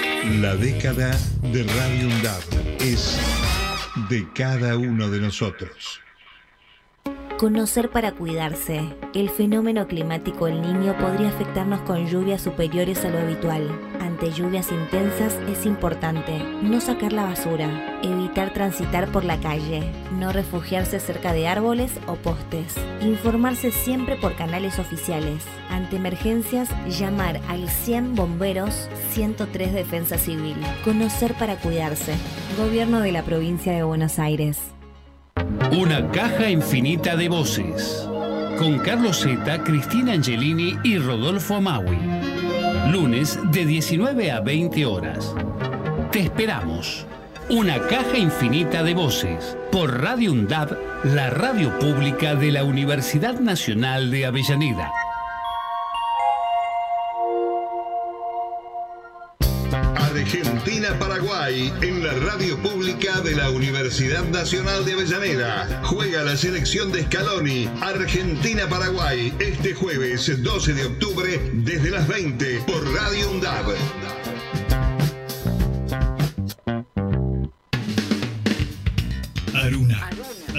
La década de Radio UNDAB es de cada uno de nosotros. Conocer para cuidarse. El fenómeno climático El Niño podría afectarnos con lluvias superiores a lo habitual. Ante lluvias intensas es importante no sacar la basura, evitar transitar por la calle, no refugiarse cerca de árboles o postes, informarse siempre por canales oficiales. Ante emergencias, llamar al 100 Bomberos 103 Defensa Civil. Conocer para cuidarse. Gobierno de la provincia de Buenos Aires. Una caja infinita de voces. Con Carlos Zeta, Cristina Angelini y Rodolfo Amaui. Lunes de 19 a 20 horas. Te esperamos. Una caja infinita de voces. Por Radio UNDAB, la radio pública de la Universidad Nacional de Avellaneda. Argentina-Paraguay en la radio pública de la Universidad Nacional de Avellaneda. Juega la selección de Scaloni. Argentina-Paraguay este jueves 12 de octubre desde las 20 por Radio UNDAB. Aruna.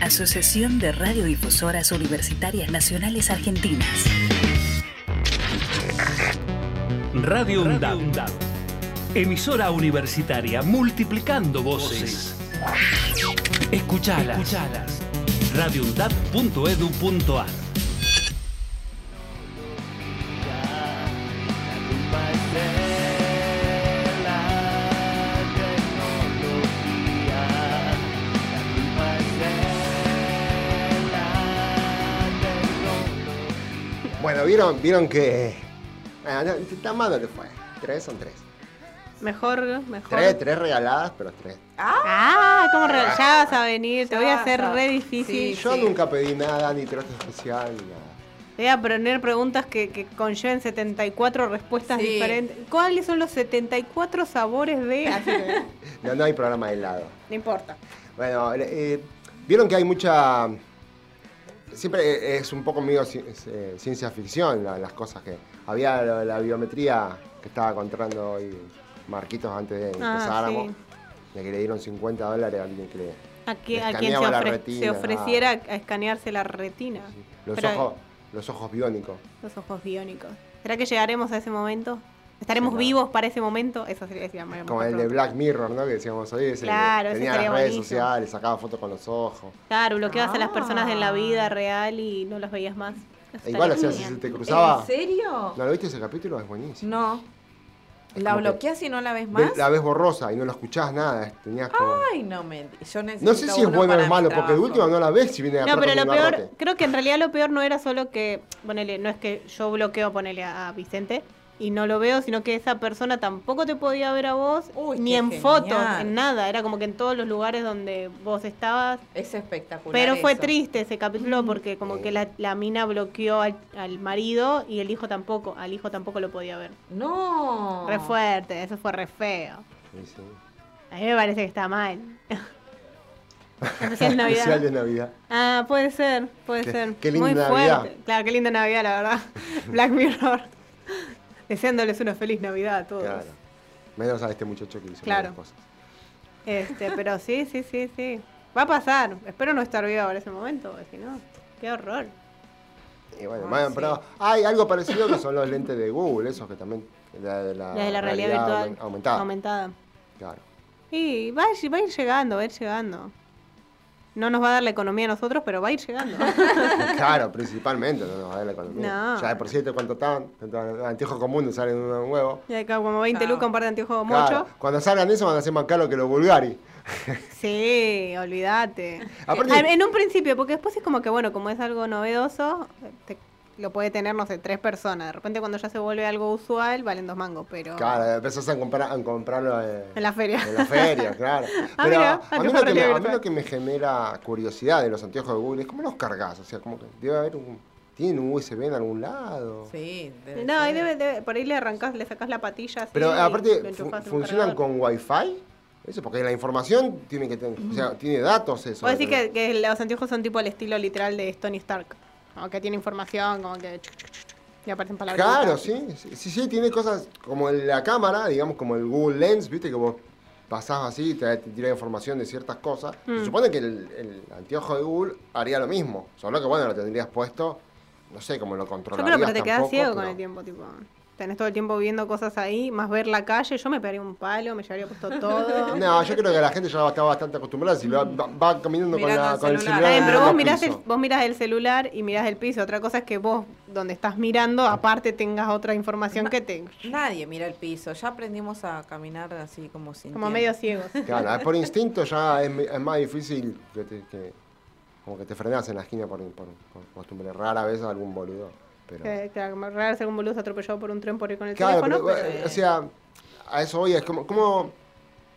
Asociación de Radiodifusoras Universitarias Nacionales Argentinas. Radio UNDAB. Emisora universitaria multiplicando voces. Escuchalas. Escuchalas. radioundab.edu.ar Bueno, vieron, vieron que. Ah, no, tan malo le fue. Tres son tres. Mejor, mejor. Tres, tres regaladas, pero tres. Ah, ¿cómo re- ya vas a venir? Te voy a vas hacer a- re difícil. Yo nunca pedí nada, ni trato especial, ni nada. Te voy a poner preguntas que, que conlleven 74 respuestas Sí. diferentes. ¿Cuáles son los 74 sabores de...? Así que, No, no hay programa de helado. no importa. Bueno, eh, vieron que hay mucha. Siempre eh, es un poco medio ci- es, eh, ciencia ficción la- las cosas que. Había lo de la biometría que estaba contando hoy Marquitos antes de que Ah, empezáramos. sí. De que le dieron 50 dólares a alguien que le. A, que- le a quien se, escaneaba la ofre- retina, se ah, ofreciera a escanearse la retina. los, Pero- ojos, los ojos biónicos. Los ojos biónicos. ¿Será que llegaremos a ese momento? ¿Estaremos vivos para ese momento? Eso sería, sería más- Como más el de pronto. Black Mirror, ¿no? Que decíamos hoy. ese que Claro, ese Tenía las estaría redes buenísimo. sociales, sacaba fotos con los ojos. Claro, bloqueabas a las personas en la Ah. vida real y no las veías más. Eso E igual, estaría o sea, si genial. se te cruzaba. ¿En serio? ¿No lo viste ese capítulo? Es buenísimo. No. ¿La Como que bloqueas y no la ves ve- más? La ves borrosa y no la escuchás nada. Tenías como- Ah, Ay, no me. di- Yo necesito No sé si es uno bueno o para es mi malo, porque de trabajo. última no la ves si viene a No, pero lo peor, creo que en realidad lo peor no era solo que, ponele, no es que yo bloqueo, ponele a a Vicente y no lo veo, sino que esa persona tampoco te podía ver a vos, ni qué en fotos, genial. en nada, era como que en todos los lugares donde vos estabas. Es espectacular. Pero fue eso. Mm. triste ese capítulo porque como Oh. que la, la mina bloqueó al, al marido y el hijo tampoco, al hijo tampoco lo podía ver. No. Re fuerte, eso fue re feo. Sí, A mí me parece que está [LAUGHS] mal. sí. Especial [LAUGHS] Navidad. Especial de Navidad. Ah, puede ser, puede Qué- ser. qué linda Muy Navidad. fuerte. Claro, qué linda Navidad, [LAUGHS] la verdad. Black Mirror. Deseándoles una feliz Navidad a todos. Claro. Menos a este muchacho que hizo Claro. las cosas. Este, pero sí, sí, sí, sí. Va a pasar. Espero no estar viva ahora ese momento, porque si no, qué horror. Y bueno, Ah, más sí. pero hay algo parecido que son los lentes de Google, esos que también. La de la, La de la realidad, virtual. aumen- Ah, Aumentada. Aumentada. Claro. Y va, a- va a ir llegando, va a ir llegando. No nos va a dar la economía a nosotros, pero va a ir llegando. Claro, principalmente, no nos va a dar la economía. No. Ya de por siete, ¿cuánto estaban? Tanto Anteojos comunes salen de un huevo. y acá como 20 lucas, un par de anteojos Claro, mocho. Cuando salgan de eso van a ser más caros que los vulgari. Sí, olvídate. Aparte- Eh, en un principio, porque después es como que, bueno, como es algo novedoso, te- lo puede tener, no sé, tres personas. De repente cuando ya se vuelve algo usual, valen dos mangos, pero... Claro, empezás a, comprar, a comprarlo eh, En la feria. en la [LAUGHS] feria, claro. Ah, Pero mirá, a, mí anteojos lo que me, realidad a mí virtual. lo que me genera curiosidad de los anteojos de Google es cómo los cargas. O sea, como que debe haber un. ¿Tienen un USB en algún lado? Sí, No, ahí debe, debe- por ahí le arrancás, le sacás la patilla así Pero y lo aparte, fu- enchufás en un ¿funcionan cargador. con Wi-Fi? Eso, porque la información tiene que tener. O sea, tiene datos eso. Vos decís que, que los anteojos son tipo el estilo literal de Tony Stark. Como que tiene información, como que... chuc, chuc, chuc, chuc, Y aparecen palabras. Claro, sí, sí, sí, sí, tiene cosas como el- la cámara, digamos, como el Google Lens, viste, que vos pasás así, te, te tira información de ciertas cosas. Mm. Se supone que el, el anteojo de Google haría lo mismo, solo que bueno, lo tendrías puesto, no sé cómo lo Yo controlarías creo que te quedas tampoco, ciego con pero- el tiempo, tipo. Tenés todo el tiempo viendo cosas ahí, más ver la calle. Yo me pegaría un palo, me llevaría puesto [LAUGHS] todo. No, yo creo que la gente ya está bastante acostumbrada, si lo, va, va caminando con, Mm. Mirando la- el con el celular. celular. Está bien, pero en vos el mirás, el, piso. vos mirás el celular y mirás el piso. Otra cosa es que vos, donde estás mirando, aparte tengas otra información que te. Nadie mira el piso. Ya aprendimos a caminar así como sin. Como medio ciegos. [LAUGHS] Claro, [LAUGHS] es por instinto ya es, es más difícil que, te, que- como que te frenás en la esquina por, por, por costumbre. Rara vez algún boludo. Pero, Que, que como raro ser un boludo atropellado por un tren por ir con el Claro, teléfono. pero, pero- eh, o sea, a eso voy, es como, como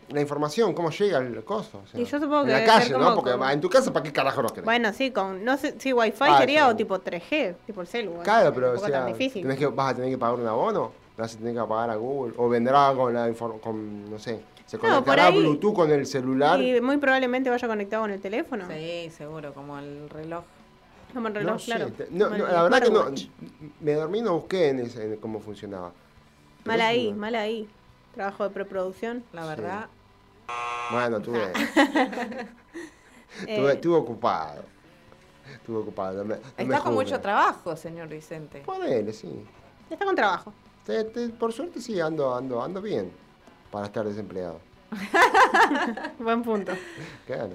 la información, cómo llega el coso. o sea, Y yo en supongo que la debe ser calle, ¿no? como- Porque como- en tu casa, ¿para qué carajo no querés? Bueno, sí, con. No sé, sí, wifi Ah, sería eso. o tipo 3G, tipo el celular. claro, pero o tampoco tan sea, difícil. tenés que, vas a tener que pagar un abono, lo vas a tener que pagar a Google, o vendrá con la inform- con, no sé, se No, por conectará ahí- Bluetooth con el celular. Y muy probablemente vaya conectado con el teléfono. Sí, seguro, como el reloj. Como el No reloj, sé, claro. te- no, Como no, el la verdad que no, smartwatch. me dormí y no busqué en, ese- en cómo funcionaba. Pero Mal es ahí, una- mal ahí. Trabajo de preproducción. La verdad. Bueno, [LAUGHS] tuve, Eh, tuve, tuve ocupado. Estuve ocupado. no me- no me Está con juzgue. mucho trabajo, señor Vicente. Ponele, sí. Está con trabajo. Te- te- por suerte sí, ando, ando, ando bien para estar desempleado. [LAUGHS] Buen [LAUGHS] punto. Claro.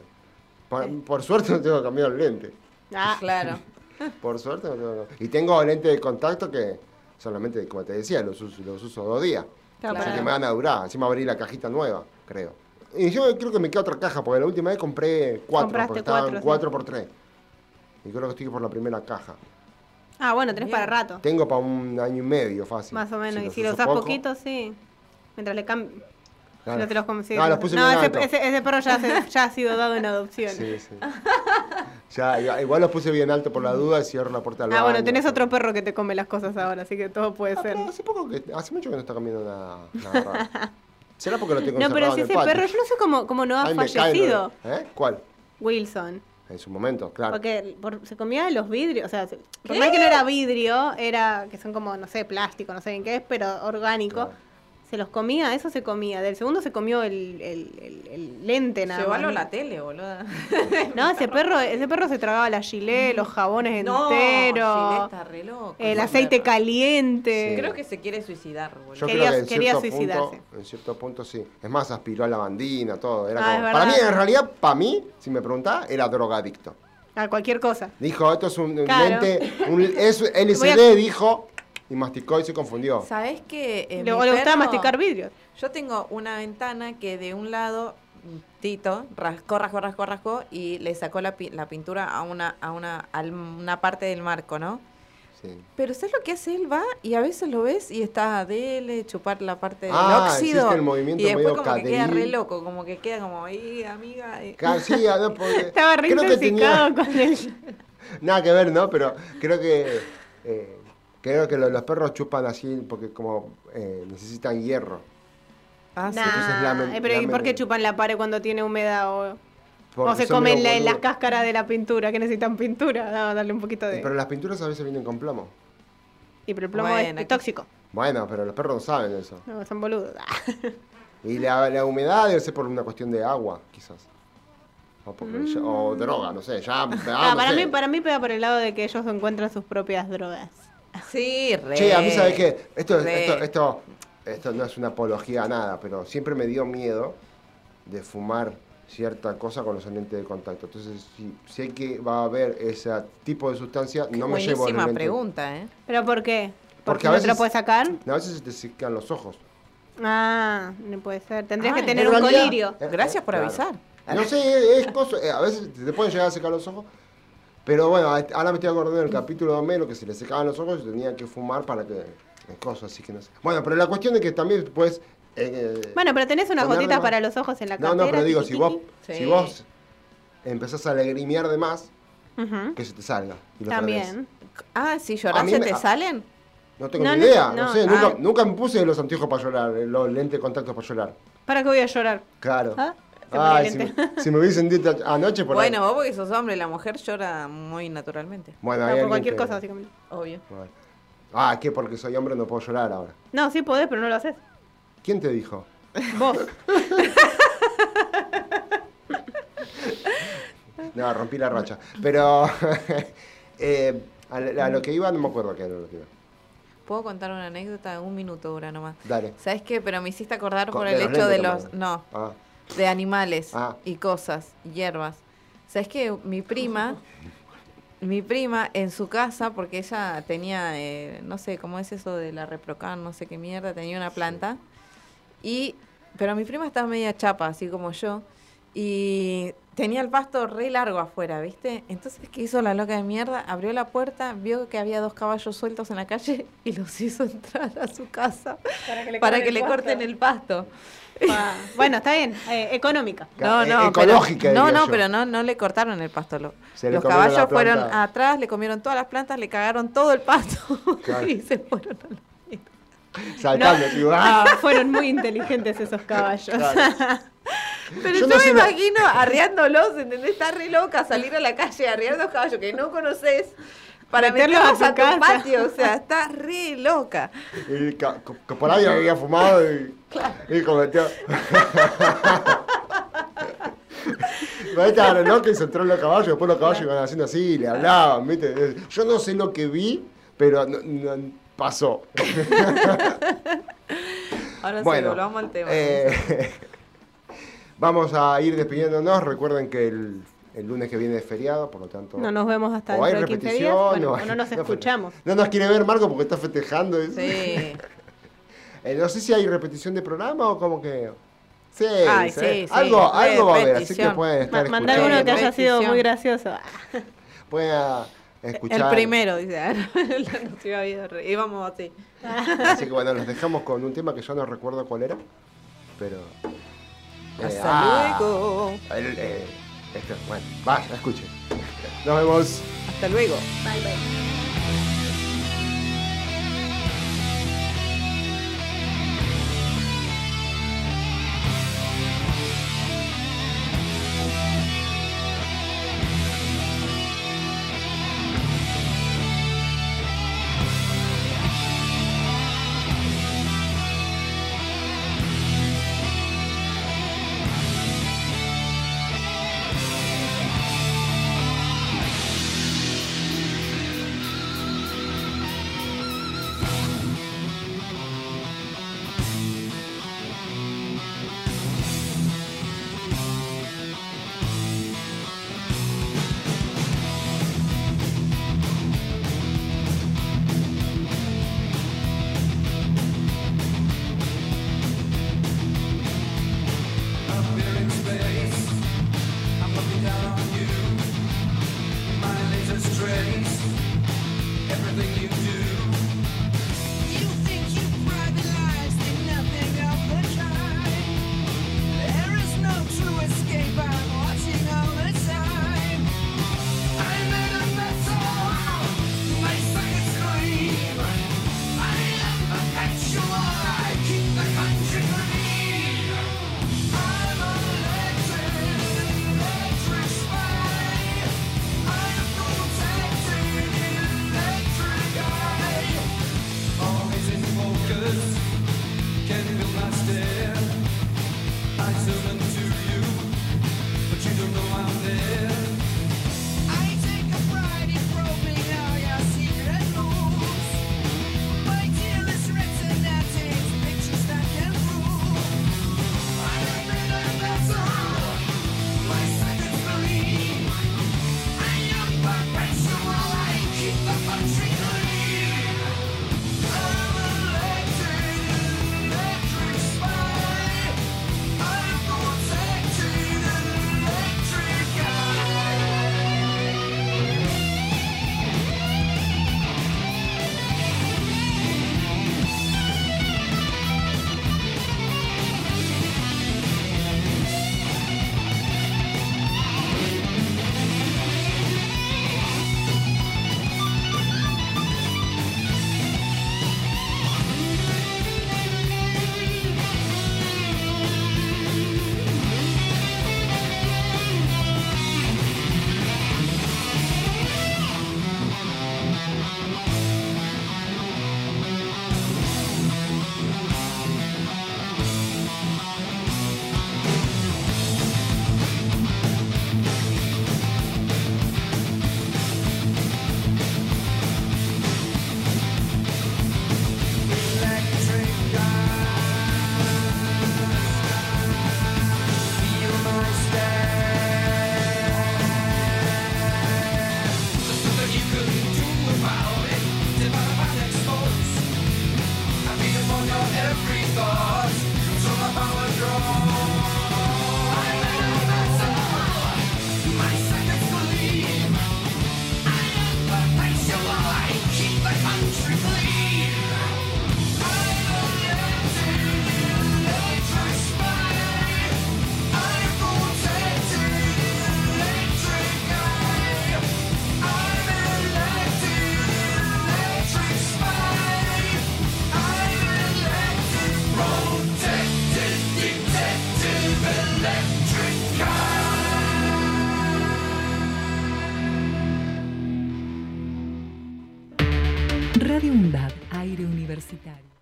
Por, por suerte no tengo que cambiar el lente. Ah, claro. [LAUGHS] Por suerte no tengo que- Y tengo lente de contacto que solamente, como te decía, los uso, los uso dos días. Claro, Así para- que me van a durar. Encima abrí la cajita nueva, creo. Y yo creo que me queda otra caja, porque la última vez compré cuatro, Compraste porque estaban cuatro, cuatro, sí. por tres. Y creo que estoy por la primera caja. Ah, bueno, tenés para rato. Tengo para un año y medio fácil. Más o menos. y si uso los usás poco, poquito, sí. Mientras le cambian. claro. No te los comes. No, los puse No, en un ese, alto. ese- ese perro [LAUGHS] ya, se- ya ha sido dado en adopción. Sí, sí. [LAUGHS] Ya, igual- igual los puse bien alto por la duda y cierro la puerta al Ah, bueno, baño. tenés otro perro que te come las cosas ahora, así que todo puede ser. Ah, Hace poco que, hace mucho que no está comiendo nada, nada [LAUGHS] raro. ¿Será porque lo tengo No, pero encerrado si en el ese patio? perro, yo no sé cómo, cómo no ha Ay, me cae lo- fallecido ¿Eh? ¿Cuál? Wilson. En su momento, claro. Porque por- se comía los vidrios, o sea, se- por más que no era vidrio, era que son como, no sé, plástico, no sé bien qué es, pero orgánico. Se los comía, eso se comía. Del segundo se comió el, el- el- el lente nada Llévalo a más. la tele, boluda. [LAUGHS] No, ese perro, ese perro se tragaba la gilet, los jabones No, Gillette enteros, está re loco. el aceite caliente. Creo que se quiere suicidar, boludo. Yo Quería- creo que en quería cierto suicidarse. Punto, en cierto punto sí. Es más, aspiró a la bandina, todo. Era Ah, como- es verdad. para mí, en realidad, para mí, si me preguntás, era drogadicto. A cualquier cosa. Dijo, esto es un, un Claro. [LAUGHS] lente, un, es Voy a- LCD, dijo, y masticó y se confundió. ¿Sabés que eh, Le- mi le gustaba perro- masticar vidrio. Yo tengo una ventana que de un lado Tito rascó, rascó, rascó, rascó y le sacó la, pi- la pintura a una a una a una parte del marco, ¿no? Sí. Pero ¿sabes lo que hace? Él va y a veces lo ves y está dele, chupar la parte del Ah, óxido. hiciste el movimiento y después medio como que queda re caderil. loco, como que queda como, y amiga. eh". Claro, sí, no, porque [LAUGHS] Estaba re creo que tenía- [LAUGHS] intoxicado con él. Nada que ver, ¿no? Pero creo que eh, creo que lo- los perros chupan así porque como eh, necesitan hierro. Ah, sí. Entonces lamen- Eh, pero ¿y lamen por qué el- chupan la pared cuando tiene humedad o, porque o se son comen medio la- las boludos. cáscaras de la pintura que necesitan pintura? No, darle un poquito Eh, Pero de. las pinturas a veces vienen con plomo. Y pero el plomo Bueno, es tóxico. Bueno, pero los perros no saben eso. No, son boludos. Ah, Y la, la humedad debe ser por una cuestión de agua, quizás. O, porque ya- o Mm. droga, no sé. Ya, ah, Ah, no para, sé. mí, para mí pega por el lado de que ellos encuentran sus propias drogas. Sí, re. Che, a mí sabes qué, esto, re. esto, esto, esto no es una apología a nada, pero siempre me dio miedo de fumar cierta cosa con los lentes de contacto. Entonces, si sé que va a haber ese tipo de sustancia, no me llevo el Buenísima lente. pregunta, ¿eh? ¿Pero por qué? ¿Porque, Porque a no te lo veces- puedes sacar? A veces se te secan los ojos. Ah, no puede ser. Tendrías Ay, que tener en un realidad- colirio. eh, Gracias por claro. avisar. No sé, es cosa, eh, a veces te pueden llegar a secar los ojos. Pero bueno, a- este, ahora me estoy acordando del capítulo de Homero que se le secaban los ojos y tenía que fumar para que. eh, Cosas, así que no sé. Bueno, pero la cuestión es que también puedes. eh, Bueno, pero tenés unas Ponerle gotitas más. para los ojos en la No, cartera. no, pero digo, tiqui, si vos, tiqui. si vos empezás a lagrimear de más, Ujú. que se te salga. y lo perdés. También. Ah, si A llorás, mí ¿se me- te a- salen? No tengo No, ni no, idea, no, no, sé, ah. nunca, nunca me puse los anteojos para llorar, eh, los lentes de contacto para llorar. ¿Para qué voy a llorar? Claro. Ah, se ponía Ay, si, lente. [LAUGHS] me- si me hubiesen dicho anoche por ahí. Bueno, vos porque sos hombre, la mujer llora muy naturalmente. Bueno, No, hay por alguien cualquier que- cosa, básicamente. Obvio. Bueno. Ah, que porque soy hombre no puedo llorar ahora. No, sí podés, pero no lo [LAUGHS] haces. ¿Quién te dijo? Vos. No, rompí la racha. Pero [LAUGHS] eh, a, lo- a lo que iba, no me acuerdo qué era lo que iba. ¿Puedo contar una anécdota? Un minuto dura nomás. Dale. ¿Sabes qué? Pero me hiciste acordar Con- por de el los hecho de lentes, los... hermano. No, Ah, de animales Ah. y cosas, hierbas. ¿Sabes qué? Mi prima, mi prima en su casa, porque ella tenía, eh, no sé, ¿cómo es eso de la reprocan? No sé qué mierda, tenía una planta. Y, pero mi prima estaba media chapa, así como yo. Y tenía el pasto re largo afuera, ¿viste? Entonces, ¿qué hizo la loca de mierda? Abrió la puerta, vio que había dos caballos sueltos en la calle [LAUGHS] y los hizo entrar a su casa Para que para que le corten el pasto. Ah, bueno, está bien. eh, económica. No, E- no, ecológica, pero, no, diría no, yo. pero no, no le cortaron el pasto. lo- Se le los comieron la caballos fueron planta. atrás, le comieron todas las plantas, le cagaron todo el pasto [LAUGHS] Claro. y se fueron. a la- saltando, No. digo, ¡ah! Fueron muy inteligentes esos caballos. [LAUGHS] Claro. Pero Yo yo, no me sé la- imagino ah, arriándolos, ¿entendés? Está re loca salir a la calle a arriar dos caballos que no conoces para Meterlos meterlos, a a tu tu casa. patio. O sea, está re [LAUGHS] loca. Y ca- co- co- por ahí había fumado y, y cometió. [LAUGHS] Pero Claro, ¿no? Que se entró en los caballos, después los caballos iban haciendo así y le hablaban, ¿viste? Yo no sé lo que vi, pero no- no- pasó. Ahora sí, Bueno, volvamos al tema. eh, [LAUGHS] vamos a ir despidiéndonos. Recuerden que el, el lunes que viene es feriado, por lo tanto. No nos vemos hasta o hay dentro de 15 días. repetición, bueno, o o no nos hay- escuchamos. No nos quiere ver Marco porque está festejando. Sí. [LAUGHS] Eh, no sé si hay repetición de programa o como que. Sí, Ay, sí, sí, sí, algo, algo va a haber, así que repetición. pueden Ma- estar mandar escuchando. uno que haya sido Repetición. muy gracioso. Ah, Pueden ah, escuchar. El primero, dice. [LAUGHS] La noche iba bien re- Íbamos así. [LAUGHS] Así que bueno, los dejamos con un tema que yo no recuerdo cuál era, pero. eh, Hasta ah, luego. el- eh, esto, bueno, vaya, escuchen. Nos vemos. Hasta luego. bye, bye. Radio UNDAB, aire universitario.